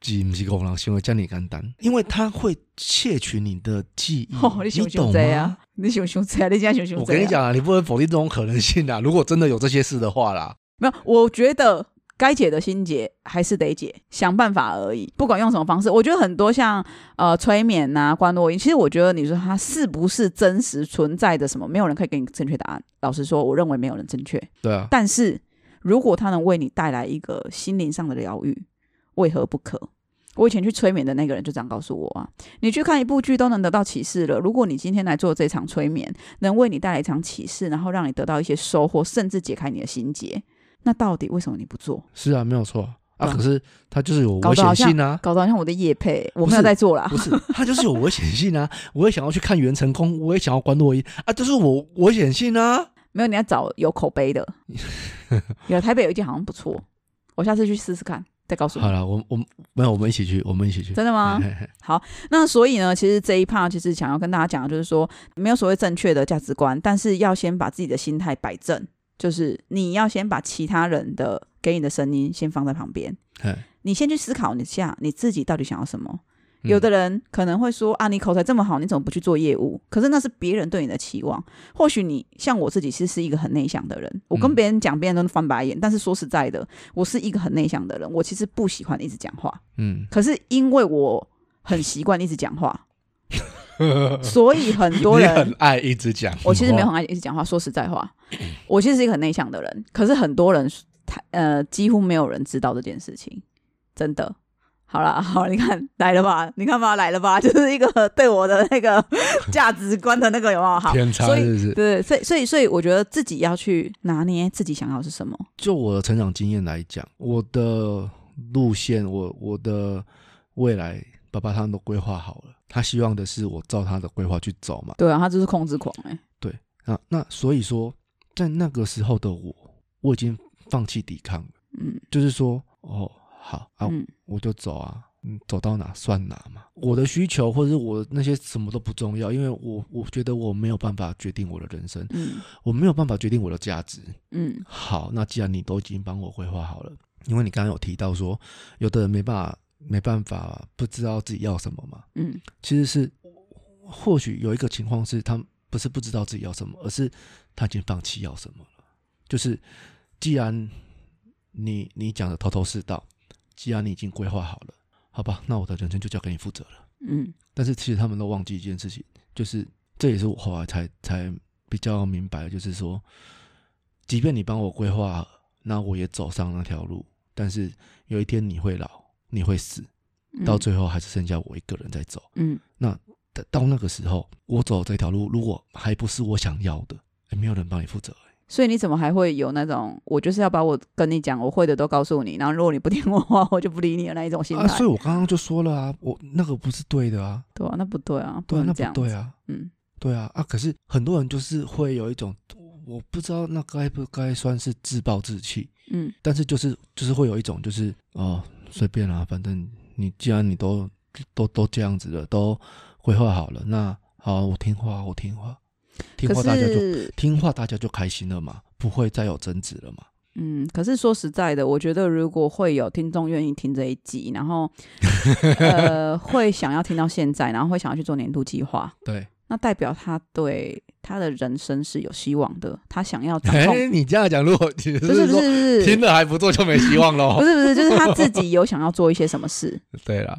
Speaker 1: 记不是狗狼行为叫你简单，因为他会窃取你的记忆，
Speaker 2: 哦，你
Speaker 1: 嗯你
Speaker 2: 想不
Speaker 1: 懂
Speaker 2: 想这
Speaker 1: 吗
Speaker 2: 啊？？你想不想这啊？你现在想不想
Speaker 1: 我
Speaker 2: 这
Speaker 1: 跟你
Speaker 2: 样？
Speaker 1: 讲啊，你不能否定这种可能性啊！如果真的有这些事的话啦，
Speaker 2: 没有，我觉得该解的心结还是得解，想办法而已，不管用什么方式。我觉得很多像呃催眠呐、关落音，其实我觉得你说它是不是真实存在的什么，没有人可以给你正确答案。老实说，我认为没有人正确。
Speaker 1: 对啊，
Speaker 2: 但是如果它能为你带来一个心灵上的疗愈，为何不可？我以前去催眠的那个人就这样告诉我啊，你去看一部剧都能得到启示了。如果你今天来做这场催眠，能为你带来一场启示，然后让你得到一些收获，甚至解开你的心结，那到底为什么你不做？
Speaker 1: 是啊，没有错啊。啊
Speaker 2: 对啊
Speaker 1: 可是他就是有
Speaker 2: 搞
Speaker 1: 危
Speaker 2: 得好
Speaker 1: 险
Speaker 2: 像啊
Speaker 1: 性啊，
Speaker 2: 搞得好像我的业配，我
Speaker 1: 不
Speaker 2: 没
Speaker 1: 是
Speaker 2: 有在做啦
Speaker 1: 不。是，他就是有危险性啊！ 我也想要去看袁成功，我也想要关洛伊啊，就是我危险性啊！
Speaker 2: 没有，你要找有口碑的。有台北有一间好像不错，我下次去试试看，再告诉你
Speaker 1: 好。了，我我没有，我们一起去，我们一起去。
Speaker 2: 真的吗？
Speaker 1: 嘿嘿嘿
Speaker 2: 那所以呢，其实这一 part 其实想要跟大家讲的就是说，没有所谓正确的价值观，但是要先把自己的心态摆正，就是你要先把其他人的给你的声音先放在旁边，
Speaker 1: 嘿
Speaker 2: 你先去思考一下你自己到底想要什么。
Speaker 1: 嗯
Speaker 2: 有的人可能会说啊，你口才这么好，你怎么不去做业务？可是那是别人对你的期望。或许你像我自己是是一个很内向的人，我跟
Speaker 1: 嗯
Speaker 2: 别人讲，别人都翻白眼。但是说实在的，我是一个很内向的人，我其实不喜欢一直讲话。
Speaker 1: 嗯，
Speaker 2: 可是因为我很习惯一直讲话， 所以很多
Speaker 1: 你很嗯
Speaker 2: 人，
Speaker 1: 爱一直讲，
Speaker 2: 我其实没有很爱一直讲话。说实在话，我其实是一个很内向的人，可是很多人，他呃，几乎没有人知道这件事情，真的。好啦， 好，你看来了吧，你看吧，来了吧， 就是一个对我的那个价值观的那个有没有好？
Speaker 1: 偏差
Speaker 2: 所以
Speaker 1: 是不是？
Speaker 2: 对，所以所以所以，我觉得自己要去拿捏自己想要的是什么。
Speaker 1: 就我的成长经验来讲，我的路线，我我的未来，爸爸他们都规划好了，他希望的是我照他的规划去走嘛。
Speaker 2: 对啊，他就是控制狂哎、
Speaker 1: 啊，那所以说，在那个时候的我，我已经放弃抵抗了。
Speaker 2: 嗯，
Speaker 1: 就是说，哦，好啊，
Speaker 2: 嗯
Speaker 1: 我就走啊，嗯，走到哪算哪嘛。我的需求或者是我那些什么都不重要，因为我我觉得我没有办法决定我的人生，
Speaker 2: 嗯
Speaker 1: 我没有办法决定我的价值。
Speaker 2: 嗯
Speaker 1: 好，那既然你都已经帮我规划好了，因为你刚刚有提到说，有的人没办法没办法不知道自己要什么嘛，
Speaker 2: 嗯
Speaker 1: 其实是或许有一个情况是他不是不知道自己要什么，而是他已经放弃要什么了。就是既然你你讲的头头是道，既然你已经规划好了，好吧，那我的人生就交给你负责了。
Speaker 2: 嗯
Speaker 1: 但是其实他们都忘记一件事情，就是这也是我后来才才比较明白的，就是说，即便你帮我规划，那我也走上那条路，但是有一天你会老，你会死，
Speaker 2: 嗯，
Speaker 1: 到最后还是剩下我一个人在走。
Speaker 2: 嗯
Speaker 1: 到到那个时候，我走这条路，如果还不是我想要的，欸没有人帮你负责、欸
Speaker 2: 所以你怎么还会有那种我就是要把我跟你讲我会的都告诉你，然后如果你不听我话，我就不理你的那一种心态？
Speaker 1: 啊。所以我刚刚就说了啊，我那个不是对的啊，
Speaker 2: 对啊，那不对啊，
Speaker 1: 对啊，
Speaker 2: 能
Speaker 1: 那
Speaker 2: 这样
Speaker 1: 不对
Speaker 2: 子，
Speaker 1: 啊，
Speaker 2: 嗯
Speaker 1: 对啊啊。可是很多人就是会有一种，我不知道那该不该算是自暴自弃，
Speaker 2: 嗯
Speaker 1: 但是就是就是会有一种就是哦随便啦、反正你既然你都都都这样子了，都规划好了，那好我听话，我听话，听
Speaker 2: 可，
Speaker 1: 话大家就是听话，大家就开心了嘛，不会再有争执了嘛。
Speaker 2: 嗯，可是说实在的，我觉得如果会有听众愿意听这一集，然 后呃会想要听到现在，然后会想要去做年度计划，
Speaker 1: 对，
Speaker 2: 那代表他对他的人生是有希望的，他想要 掌
Speaker 1: 哎、
Speaker 2: 控，
Speaker 1: 你这样讲，如果你是
Speaker 2: 不是不
Speaker 1: 说
Speaker 2: 是不是
Speaker 1: 听。了还不做，就没希望
Speaker 2: 不
Speaker 1: 喽。
Speaker 2: 是不是，就是他自己有想要做一些什么事，
Speaker 1: 对了，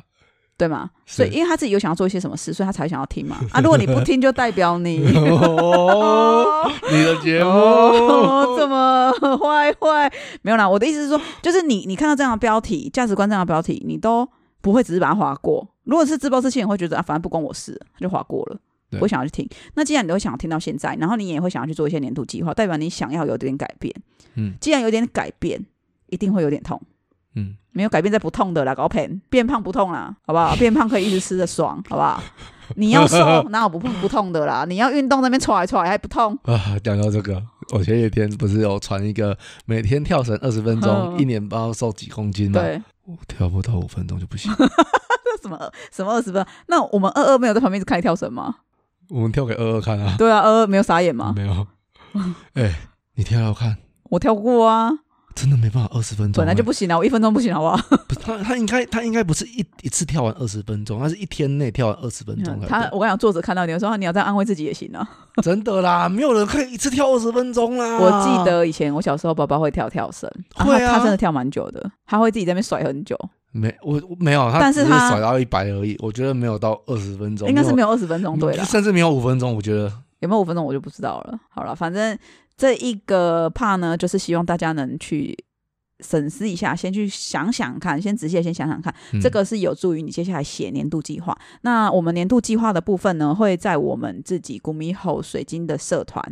Speaker 2: 对吗？
Speaker 1: 是
Speaker 2: 所以，因为他自己有想要做一些什么事，所以他才想要 听嘛。啊，如果你不听，就代表你
Speaker 1: 哦，你的节
Speaker 2: 哦，
Speaker 1: 目
Speaker 2: 这么坏坏？没有啦，我的意思是说，就是你你看到这样的标题、价值观这样的标题，你都不会只是把它划过。如果是自暴自弃，你会觉得啊，反正不关我事，他就划过了，
Speaker 1: 对
Speaker 2: 不会想要去听。那既然你都想要听到现在，然后你也会想要去做一些年度计划，代表你想要有点改变。
Speaker 1: 嗯
Speaker 2: 既然有点改变，一定会有点痛。
Speaker 1: 嗯，
Speaker 2: 没有改变再不痛的啦，搞骗变胖不痛啦，好不好？变胖可以一直吃的爽，好不好？你要 瘦哪有不不痛的啦？你要运动那边踹来踹还不痛，
Speaker 1: 啊，讲到这个，我前几天不是有传一个每天跳绳二十分钟，
Speaker 2: 嗯
Speaker 1: 一年包瘦几公斤吗？
Speaker 2: 对，
Speaker 1: 我跳不到五分钟就不行。
Speaker 2: 那什么什么二十分？那我们二二没有在旁边一直看你跳绳吗？
Speaker 1: 我们跳给二二看啊，
Speaker 2: 对啊，二二没有傻眼吗？
Speaker 1: 没有。哎、你跳跳看，
Speaker 2: 我跳过啊，
Speaker 1: 真的没办法，二十分钟、
Speaker 2: 本来就
Speaker 1: 哎
Speaker 2: 不行啊，我一分钟不行，好不好？
Speaker 1: 不是他，他应该他应该不是一一次跳完二十分钟，他是一天内跳完二十分钟才对。
Speaker 2: 嗯他我跟你讲，作者看到你的时候，你要这样安慰自己也行啊。
Speaker 1: 真的啦，没有人可以一次跳二十分钟啦。
Speaker 2: 我记得以前我小时候，爸爸会跳跳绳，
Speaker 1: 啊会
Speaker 2: 他
Speaker 1: 啊
Speaker 2: 他真的跳蛮久的，他会自己在那边甩很久，
Speaker 1: 没，我我没有，他
Speaker 2: 但
Speaker 1: 只
Speaker 2: 是
Speaker 1: 是
Speaker 2: 他
Speaker 1: 甩到一百而已，我觉得没有到二十分钟，
Speaker 2: 应该是没
Speaker 1: 有，
Speaker 2: 有二十分钟对了。
Speaker 1: 甚至没有五分钟，我觉得
Speaker 2: 有没有五分钟我就不知道了。好了，反正这一个怕呢，就是希望大家能去审视一下，先去想想看，先仔细地先想想看，
Speaker 1: 嗯
Speaker 2: 这个是有助于你接下来写年度计划。那我们年度计划的部分呢，会在我们自己古米吼水晶的社团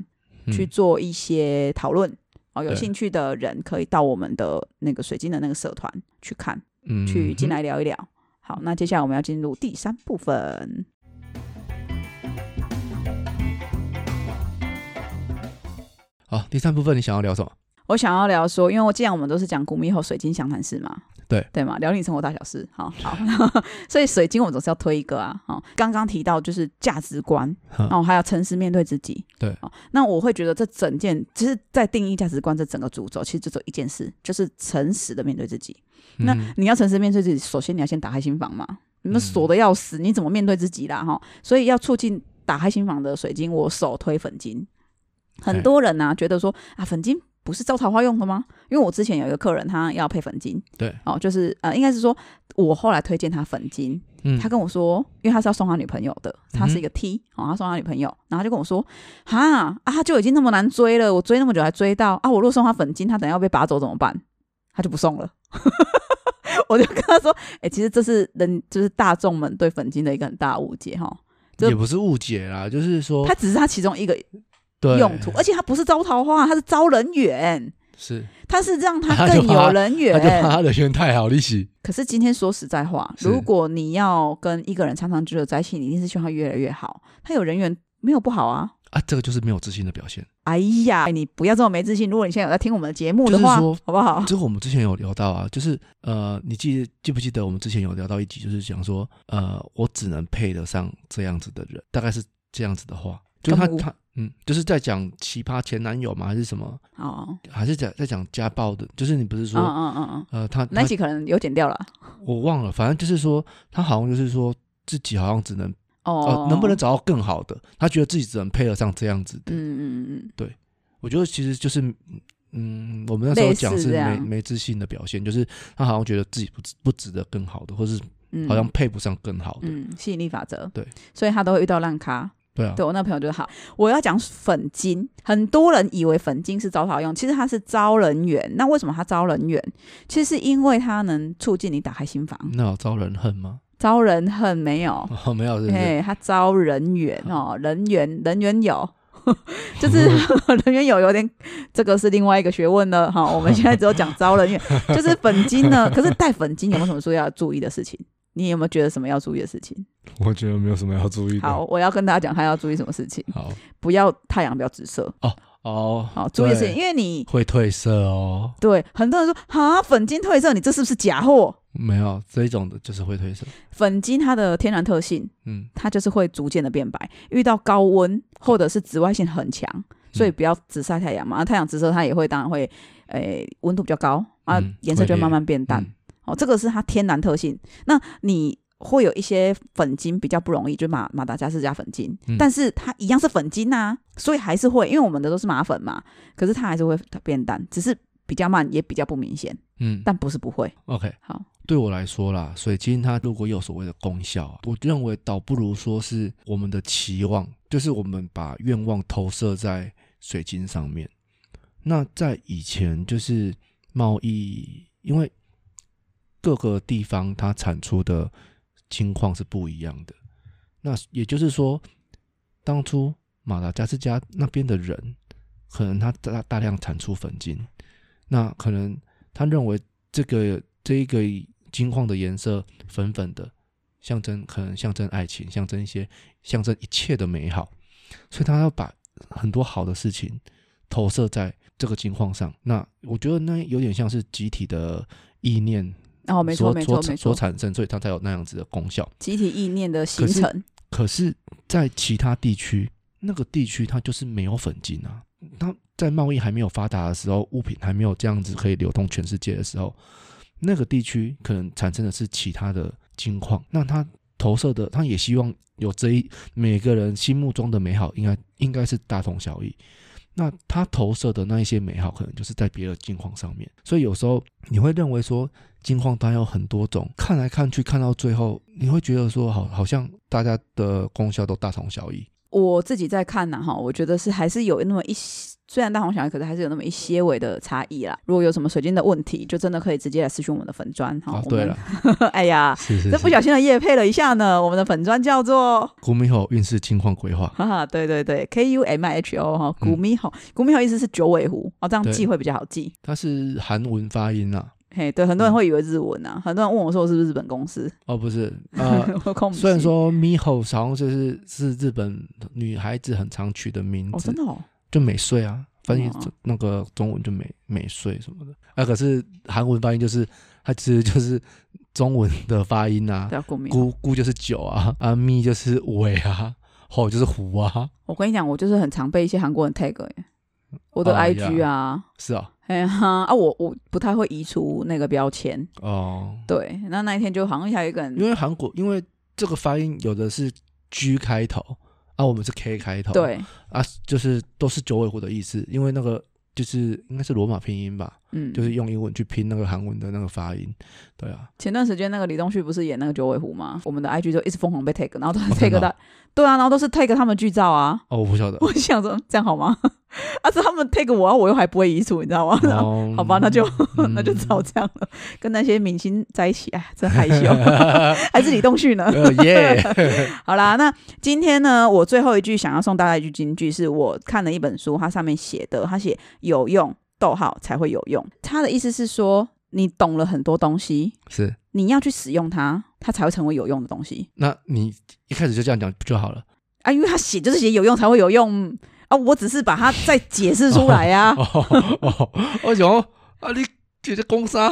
Speaker 2: 去
Speaker 1: 嗯
Speaker 2: 做一些讨论。哦，有
Speaker 1: 对
Speaker 2: 兴趣的人可以到我们的那个水晶的那个社团去看，
Speaker 1: 嗯
Speaker 2: 去进来聊一聊。好，那接下来我们要进入第三部分。
Speaker 1: 好，第三部分你想要聊什么？
Speaker 2: 我想要聊说，因为我既然我们都是讲古米后水晶详谈室嘛，
Speaker 1: 对
Speaker 2: 对嘛，聊你生活大小 事，好好， 所以水晶我们总是要推一个啊，好、刚刚提到就是价值观，
Speaker 1: 哈
Speaker 2: 哦，还有诚实面对自己，
Speaker 1: 对
Speaker 2: 哦，那我会觉得这整件，其实在定义价值观这整个主轴，其实就只有一件事，就是诚实的面对自己。那
Speaker 1: 嗯
Speaker 2: 你要诚实面对自己，首先你要先打开心房嘛，你们锁的要死，你怎么面对自己啦？哈，所以要促进打开心房的水晶，我首推粉晶。很多人呢、啊、觉得说啊，粉晶不是招桃花用的吗？因为我之前有一个客人，他要配粉晶，
Speaker 1: 对，
Speaker 2: 哦，就是呃，应该是说我后来推荐他粉晶，
Speaker 1: 嗯
Speaker 2: 他跟我说，因为他是要送他女朋友的，他是一个 T，、哦，他送他女朋友，然后他就跟我说，哈啊，他就已经那么难追了，我追那么久还追到啊，我如果送他粉晶，他等一下要被拔走怎么办？他就不送了。 我就跟他说，哎、其实这是人，就是大众们对粉晶的一个很大的误解哈。就
Speaker 1: 也不是误解啦，就是说
Speaker 2: 它只是它其中一个
Speaker 1: 对
Speaker 2: 用途，而且它不是招桃花，它是招人缘，
Speaker 1: 是
Speaker 2: 它是让它
Speaker 1: 他就
Speaker 2: 更
Speaker 1: 怕
Speaker 2: 有人
Speaker 1: 他就怕
Speaker 2: 缘。
Speaker 1: 他的圈太好利息，
Speaker 2: 可是今天说实在话，
Speaker 1: 是
Speaker 2: 如果你要跟一个人长长久久在一起，你一定是希望他越来越好，他有人缘没有不好啊，
Speaker 1: 啊，这个就是没有自信的表现。
Speaker 2: 哎呀，你不要这么没自信。如果你现在有在听我们的节目
Speaker 1: 就
Speaker 2: 的
Speaker 1: 是
Speaker 2: 话，
Speaker 1: 说
Speaker 2: 好不好？
Speaker 1: 这个我们之前有聊到啊，就是呃，你记记不记得我们之前有聊到一集，就是讲说呃，我只能配得上这样子的人，大概是这样子的话，就是他
Speaker 2: 干嘛
Speaker 1: 他嗯，就是在讲奇葩前男友嘛，还是什么，
Speaker 2: 哦，
Speaker 1: 还是在在讲家暴的，就是你不是
Speaker 2: 嗯
Speaker 1: 说、
Speaker 2: 嗯嗯嗯，
Speaker 1: 呃，他
Speaker 2: 那
Speaker 1: 他
Speaker 2: 一集可能有剪掉了。
Speaker 1: 我忘了，反正就是说他好像就是说自己好像只能
Speaker 2: 哦
Speaker 1: 呃，能不能？找到更好的，他觉得自己只能配得上这样子的，
Speaker 2: 嗯嗯
Speaker 1: 我觉得其实就是，嗯，我们那时候讲
Speaker 2: 类
Speaker 1: 是
Speaker 2: 似这
Speaker 1: 没
Speaker 2: 样
Speaker 1: 没自信的表现，就是他好像觉得自己不值不值得更好的，或是
Speaker 2: 嗯嗯，
Speaker 1: 好像配不上更好的。
Speaker 2: 嗯吸引力法则
Speaker 1: 对，
Speaker 2: 所以他都会遇到烂咖。
Speaker 1: 对啊，
Speaker 2: 对我那朋友就好，我要讲粉金，很多人以为粉金是招桃用，其实它是招人缘。那为什么它招人缘？其实是因为它能促进你打开心房，
Speaker 1: 那有招人恨吗？
Speaker 2: 招人恨没有？
Speaker 1: 哦，没有，是不是？
Speaker 2: 哎、它招人缘哦，人缘人缘有，就是 人缘有有点，这个是另外一个学问了哈、我们现在只有讲招人缘，就是粉金呢。可是带粉金有没有什么说要注意的事情？你有没有觉得什么要注意的事情？
Speaker 1: 我觉得没有什么要注意的。
Speaker 2: 好，，我要跟大家讲，他要注意什么事情，
Speaker 1: 好，
Speaker 2: 不要太阳不要直射。
Speaker 1: 哦，
Speaker 2: 好，注意的事情，
Speaker 1: 对
Speaker 2: 因为你
Speaker 1: 会褪色哦，
Speaker 2: 对很多人说哈粉晶褪色，你这是不是假货？
Speaker 1: 没有这一种的，就是会褪色。
Speaker 2: 粉晶它的天然特性，
Speaker 1: 嗯，
Speaker 2: 它就是会逐渐的变白，遇到高温或者是紫外线很强，所
Speaker 1: 嗯
Speaker 2: 以不要直晒太阳嘛。啊太阳直射它也会，当然会，诶、温度比较高啊
Speaker 1: 嗯，
Speaker 2: 颜色就
Speaker 1: 会
Speaker 2: 会
Speaker 1: 裂
Speaker 2: 慢慢变淡。
Speaker 1: 嗯
Speaker 2: 哦，这个是它天然特性。那你会有一些粉晶比较不容易，就马马达加斯加粉晶，
Speaker 1: 嗯
Speaker 2: 但是它一样是粉晶呐、所以还是会，因为我们的都是马粉嘛，可是它还是会变淡，只是比较慢，也比较不明显，
Speaker 1: 嗯
Speaker 2: 但不是不会。
Speaker 1: ，OK。
Speaker 2: 好，
Speaker 1: 对我来说啦，水晶它如果有所谓的功效、啊，我认为倒不如说是我们的期望，就是我们把愿望投射在水晶上面。那在以前就是贸易，因为各个地方它产出的金矿是不一样的，那也就是说，当初马达加斯加那边的人，可能他大大量产出粉晶，那可能他认为这个这一个金矿的颜色粉粉的，象征可能象征爱情，象征一些象征一切的美好，所以他要把很多好的事情投射在这个金矿上。那我觉得那有点像是集体的意念
Speaker 2: 哦，没错
Speaker 1: 所
Speaker 2: 没错
Speaker 1: 所
Speaker 2: 没
Speaker 1: 产所
Speaker 2: 错，
Speaker 1: 产生，所以它才有那样子的功效。
Speaker 2: 集体意念的形
Speaker 1: 可是
Speaker 2: 成。
Speaker 1: 可是，在其他地区，那个地区它就是没有粉晶啊。它在贸易还没有发达的时候，物品还没有这样子可以流通全世界的时候，那个地区可能产生的是其他的金矿。那它投射的，它也希望有这一每个人心目中的美好，应该应该是大同小异。那它投射的那一些美好，可能就是在别的金矿上面。所以有时候你会认为说，金矿它有很多种，看来看去看到最后，你会觉得说好，好像大家的功效都大同小异。
Speaker 2: 我自己在看呐、哈，我觉得是还是有那么一些，虽然大同小异，可是还是有那么一些微的差异啦。如果有什么水晶的问题，就真的可以直接来私讯我们的粉砖哈。
Speaker 1: 啊，
Speaker 2: 我
Speaker 1: 对
Speaker 2: 们
Speaker 1: 了，，
Speaker 2: 哎呀，
Speaker 1: 是是
Speaker 2: 这不
Speaker 1: 是，
Speaker 2: 小心的夜配了一下呢。我们的粉砖叫做
Speaker 1: 古米吼运势金矿规划，
Speaker 2: 哈哈，对对对，K U M I H O 哈，
Speaker 1: 嗯
Speaker 2: 古米吼，古米吼意思是九尾狐哦，这样
Speaker 1: 对
Speaker 2: 记会比较好记。
Speaker 1: 它是韩文发音啊。
Speaker 2: 嘿，对，很多人会以为日文啊，很多人问我说我是不是日本公司，
Speaker 1: 哦，不 是，呃，
Speaker 2: 我空
Speaker 1: 虽然说米吼好像就是是日本女孩子很常取的名
Speaker 2: 哦，
Speaker 1: 字，
Speaker 2: 真的哦，
Speaker 1: 就美穗啊，翻译
Speaker 2: 哦
Speaker 1: 中那个中文就美美穗什么的。啊，可是韩文发音就是它其实就是中文的发音啊
Speaker 2: 对。啊，古米吼。
Speaker 1: 咕咕就是酒啊，啊咪就是尾啊，吼就是湖啊，
Speaker 2: 我跟你讲，我就是很常被一些韩国人 tag，、欸、我的
Speaker 1: 哦
Speaker 2: IG
Speaker 1: 呀
Speaker 2: 啊。
Speaker 1: 是啊，
Speaker 2: 哎呀啊，我我不太会移除那个标签。
Speaker 1: 哦，
Speaker 2: 对，那那一天就好像还有一个人
Speaker 1: 因，为韩国因为这个发音有的是 G 开头啊，我们是 K 开头，
Speaker 2: 对，
Speaker 1: 啊，就是都是九尾狐的意思，因为那个就是应该是罗马拼音吧，
Speaker 2: 嗯，
Speaker 1: 就是用英文去拼那个韩文的那个发音，对啊，
Speaker 2: 前段时间那个李东旭不是演那个九尾狐吗？我们的 IG 就一直疯狂被 tag，然后都
Speaker 1: 哦
Speaker 2: tag
Speaker 1: 真的
Speaker 2: 到，对啊，然后都是 tag 他们剧照啊。
Speaker 1: 哦，我不晓得，
Speaker 2: 我想说这样好吗？ 啊，是他们 tag 我啊，我又还不会移除，你知道吗？然后
Speaker 1: 哦
Speaker 2: 好吧，那就、
Speaker 1: 嗯
Speaker 2: 那就只好这样了。跟那些明星在一起，哎，真 害羞，还是李栋旭呢？
Speaker 1: 呃耶，
Speaker 2: 好啦，那今天呢，我最后一句想要送大家一句金句，是我看了一本书，它上面写的，它写有用，逗号才会有用。它的意思是说，你懂了很多东西，
Speaker 1: 是，
Speaker 2: 你要去使用它，它才会成为有用的东西。
Speaker 1: 那你一开始就这样讲不就好了？。
Speaker 2: 啊，因为他写就是写有用才会有用啊，我只是把它再解释出来啊
Speaker 1: 哦哦，我想说啊，你姐姐攻杀，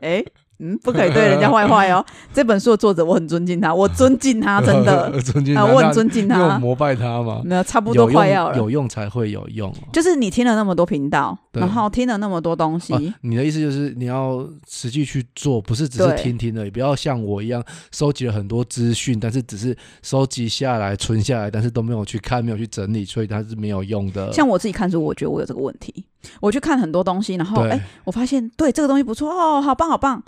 Speaker 2: 哎、嗯，不可以对人家坏坏哦。这本书的作者我很尊敬他，我尊敬他，真 的
Speaker 1: 尊敬
Speaker 2: 啊，
Speaker 1: 他，
Speaker 2: 我很尊敬
Speaker 1: 那你有
Speaker 2: 他。
Speaker 1: 膜拜他吗？
Speaker 2: 没有，差不多
Speaker 1: 有
Speaker 2: 快
Speaker 1: 用
Speaker 2: 要了。
Speaker 1: 有用才会有用哦。
Speaker 2: 就是你听了那么多频道，
Speaker 1: 对
Speaker 2: 然后听了那么多东西，
Speaker 1: 啊，你的意思就是你要实际去做，不是只是
Speaker 2: 对
Speaker 1: 听听而已，不要像我一样收集了很多资讯，但是只是收集下来、存下来，但是都没有去看、没有去整理，所以它是没有用的。
Speaker 2: 像我自己看书，我觉得我有这个问题。我去看很多东西，然后
Speaker 1: 对、
Speaker 2: 哎，我发现对这个东西不错哦，好棒好棒，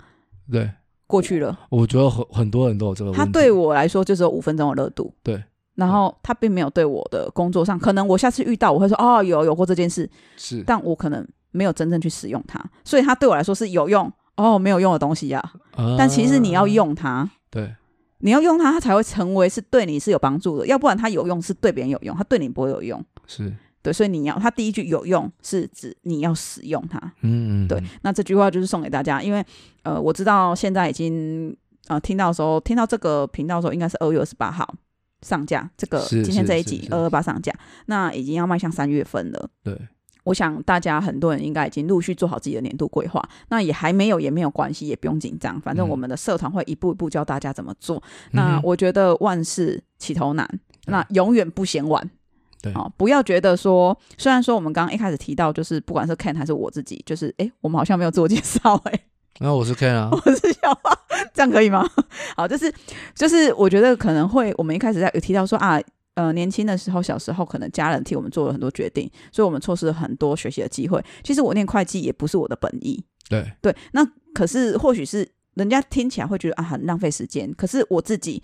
Speaker 1: 对，
Speaker 2: 过去了。
Speaker 1: 我觉得很很多人都有这个问题。
Speaker 2: 它对我来说就只有五分钟的热度。
Speaker 1: 对。
Speaker 2: 然后它并没有对我的工作上，可能我下次遇到我会说哦，有有过这件事，
Speaker 1: 是
Speaker 2: 但我可能没有真正去使用它，所以它对我来说是有用哦，没有用的东西呀、
Speaker 1: 啊
Speaker 2: 但其实你要用它，
Speaker 1: 对
Speaker 2: 你要用它，它才会成为是对你是有帮助的，要不然它有用是对别人有用，它对你不会有用。
Speaker 1: 是
Speaker 2: 对，所以你要它第一句有用是指你要使用它，
Speaker 1: 嗯嗯
Speaker 2: 对
Speaker 1: 嗯，
Speaker 2: 那这句话就是送给大家，因为呃，我知道现在已经呃听到的时候，听到这个频道的时候，应该是二月二十八号上架，这个
Speaker 1: 是
Speaker 2: 今天
Speaker 1: 是
Speaker 2: 这一
Speaker 1: 是
Speaker 2: 集
Speaker 1: 是
Speaker 2: 二二八上架，那已经要迈向三月份了。
Speaker 1: 对
Speaker 2: 我想大家很多人应该已经陆续做好自己的年度规划，那也还没有也没有关系，也不用紧张，反正
Speaker 1: 嗯
Speaker 2: 我们的社团会一步一步教大家怎么做。
Speaker 1: 嗯
Speaker 2: 那
Speaker 1: 哼
Speaker 2: 我觉得万事起头难，
Speaker 1: 对
Speaker 2: 那永远不嫌晚。
Speaker 1: 对
Speaker 2: 哦，不要觉得说，虽然说我们刚刚一开始提到，就是不管是 Ken 还是我自己，就是诶，我们好像没有自我介绍、诶，
Speaker 1: 那我是 Ken 啊，
Speaker 2: 我是小花，这样可以吗？ 好，就是就是，我觉得可能会，我们一开始在有提到说啊，呃，年轻的时候，小时候可能家人替我们做了很多决定，所以我们错失了很多学习的机会。其实我念会计也不是我的本意，
Speaker 1: 对
Speaker 2: 对，那可是或许是人家听起来会觉得啊很浪费时间，可是我自己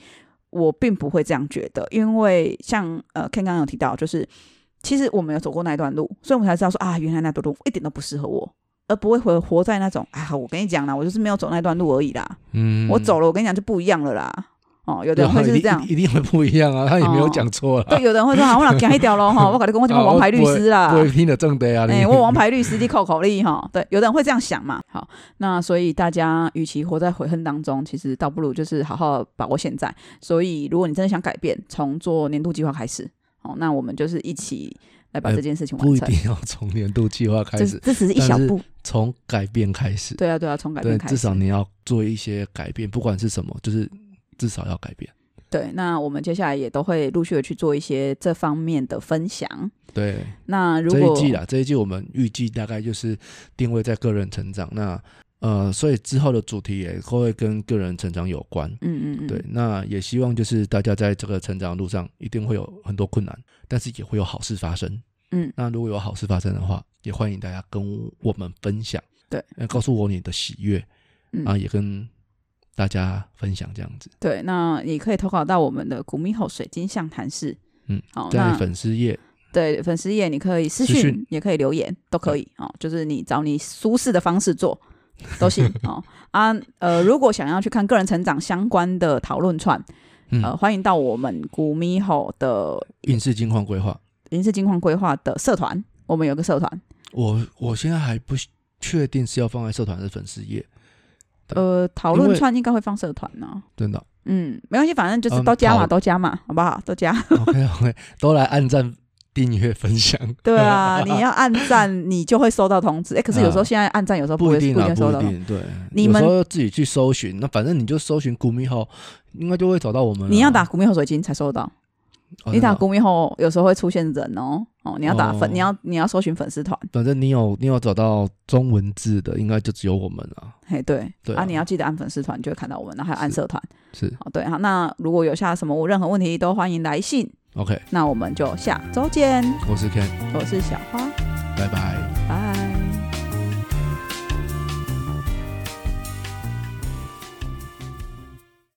Speaker 2: 我并不会这样觉得，因为像呃 Ken 刚刚有提到，就是其实我们有走过那一段路，所以我们才知道说啊，原来那段路一点都不适合我。而不会活活在那种啊，我跟你讲啦，我就是没有走那段路而已啦。
Speaker 1: 嗯，
Speaker 2: 我走了，我跟你讲就不一样了啦。哦，有
Speaker 1: 对
Speaker 2: 的人
Speaker 1: 啊
Speaker 2: 会
Speaker 1: 一
Speaker 2: 是
Speaker 1: 定
Speaker 2: 这样，
Speaker 1: 一定会不一样啊，他也没有
Speaker 2: 哦
Speaker 1: 讲错啦。
Speaker 2: 对，有的人会说啊，我老讲一条 咯哈，我搞得跟我讲王牌律师啦。
Speaker 1: 我听得正的啊，
Speaker 2: 哎、
Speaker 1: 你
Speaker 2: 我 王牌律师的口口令哈，对，有的人会这样想嘛。好，那所以大家与其活在悔恨当中，其实倒不如就是好好把握现在。所以如果你真的想改变，从做年度计划开始，哦，那我们就是一起来把
Speaker 1: 哎
Speaker 2: 这件事情
Speaker 1: 不
Speaker 2: 完
Speaker 1: 一
Speaker 2: 成。
Speaker 1: 定要从年度计划开
Speaker 2: 这
Speaker 1: 始，
Speaker 2: 这只是一小
Speaker 1: 但是
Speaker 2: 步，
Speaker 1: 从改变开始。
Speaker 2: 对啊，对啊，从改变
Speaker 1: 对，
Speaker 2: 开始。
Speaker 1: 至少你要做一些改变，不管是什么，就是至少要改变。
Speaker 2: 对，那我们接下来也都会陆续的去做一些这方面的分享。
Speaker 1: 对，
Speaker 2: 那如
Speaker 1: 这
Speaker 2: 果
Speaker 1: 一季啦，这一季我们预计大概就是定位在个人成长。那呃，所以之后的主题也会跟个人成长有关。
Speaker 2: 嗯嗯嗯，
Speaker 1: 对，那也希望就是大家在这个成长路上一定会有很多困难，但是也会有好事发生。
Speaker 2: 嗯
Speaker 1: 那如果有好事发生的话，也欢迎大家跟我们分享，
Speaker 2: 对，
Speaker 1: 呃告诉我你的喜悦
Speaker 2: 嗯
Speaker 1: 啊，也跟大家分享这样子，
Speaker 2: 对，那也可以投稿到我们的古米吼水晶象谈室。
Speaker 1: 嗯，
Speaker 2: 好，
Speaker 1: 在
Speaker 2: 哦那
Speaker 1: 粉丝页
Speaker 2: 对粉丝页，你可以私
Speaker 1: 私
Speaker 2: 讯，
Speaker 1: 讯
Speaker 2: 也可以留言，都可以哦。就是你找你舒适的方式做都行哦。啊，呃，如果想要去看个人成长相关的讨论串，
Speaker 1: 嗯
Speaker 2: 呃，欢迎到我们古米吼的
Speaker 1: 运势金矿规划，
Speaker 2: 人事金矿规划的社团，我们有个社团，
Speaker 1: 我我现在还不确定是要放在社团还是粉丝页，对
Speaker 2: 呃，讨
Speaker 1: 因
Speaker 2: 论
Speaker 1: 为
Speaker 2: 串应该会放社团呢、
Speaker 1: 真的
Speaker 2: 嗯，没关系，反正就是
Speaker 1: 嗯
Speaker 2: 都加嘛，
Speaker 1: 讨
Speaker 2: 都加嘛，好不好？都加。
Speaker 1: OK OK，都 来按赞、订阅、分享，
Speaker 2: 对啊，你要按赞，你就会收到通知。哎、可是有时候
Speaker 1: 啊
Speaker 2: 现在按赞，有时候不
Speaker 1: 不
Speaker 2: 会
Speaker 1: 一定啊，
Speaker 2: 收
Speaker 1: 不
Speaker 2: 到
Speaker 1: 一
Speaker 2: 通知。
Speaker 1: 定，对，
Speaker 2: 你
Speaker 1: 有时
Speaker 2: 们
Speaker 1: 候自己去搜寻，那反正你就搜寻古密号，应该就会找到我们了啊。
Speaker 2: 你要打古密后水晶才收得到。
Speaker 1: 哦
Speaker 2: 你
Speaker 1: 真的
Speaker 2: 打
Speaker 1: 啊
Speaker 2: 公密后，有时候会出现人哦。哦，你要打粉，
Speaker 1: 哦
Speaker 2: 你要你要搜寻粉丝团，
Speaker 1: 反正你有你有找到中文字的，应该就只有我们了。
Speaker 2: 嘿，对，
Speaker 1: 对
Speaker 2: 啊，
Speaker 1: 啊
Speaker 2: 你要记得按粉丝团，就会看到我们，然后还有按
Speaker 1: 是
Speaker 2: 社团。哦
Speaker 1: 是
Speaker 2: 好，对，好，那如果有下什么任何问题，都欢迎来信。
Speaker 1: OK，
Speaker 2: 那我们就下周见，
Speaker 1: 我是 Ken，
Speaker 2: 我是小花，
Speaker 1: 拜拜。
Speaker 2: 拜。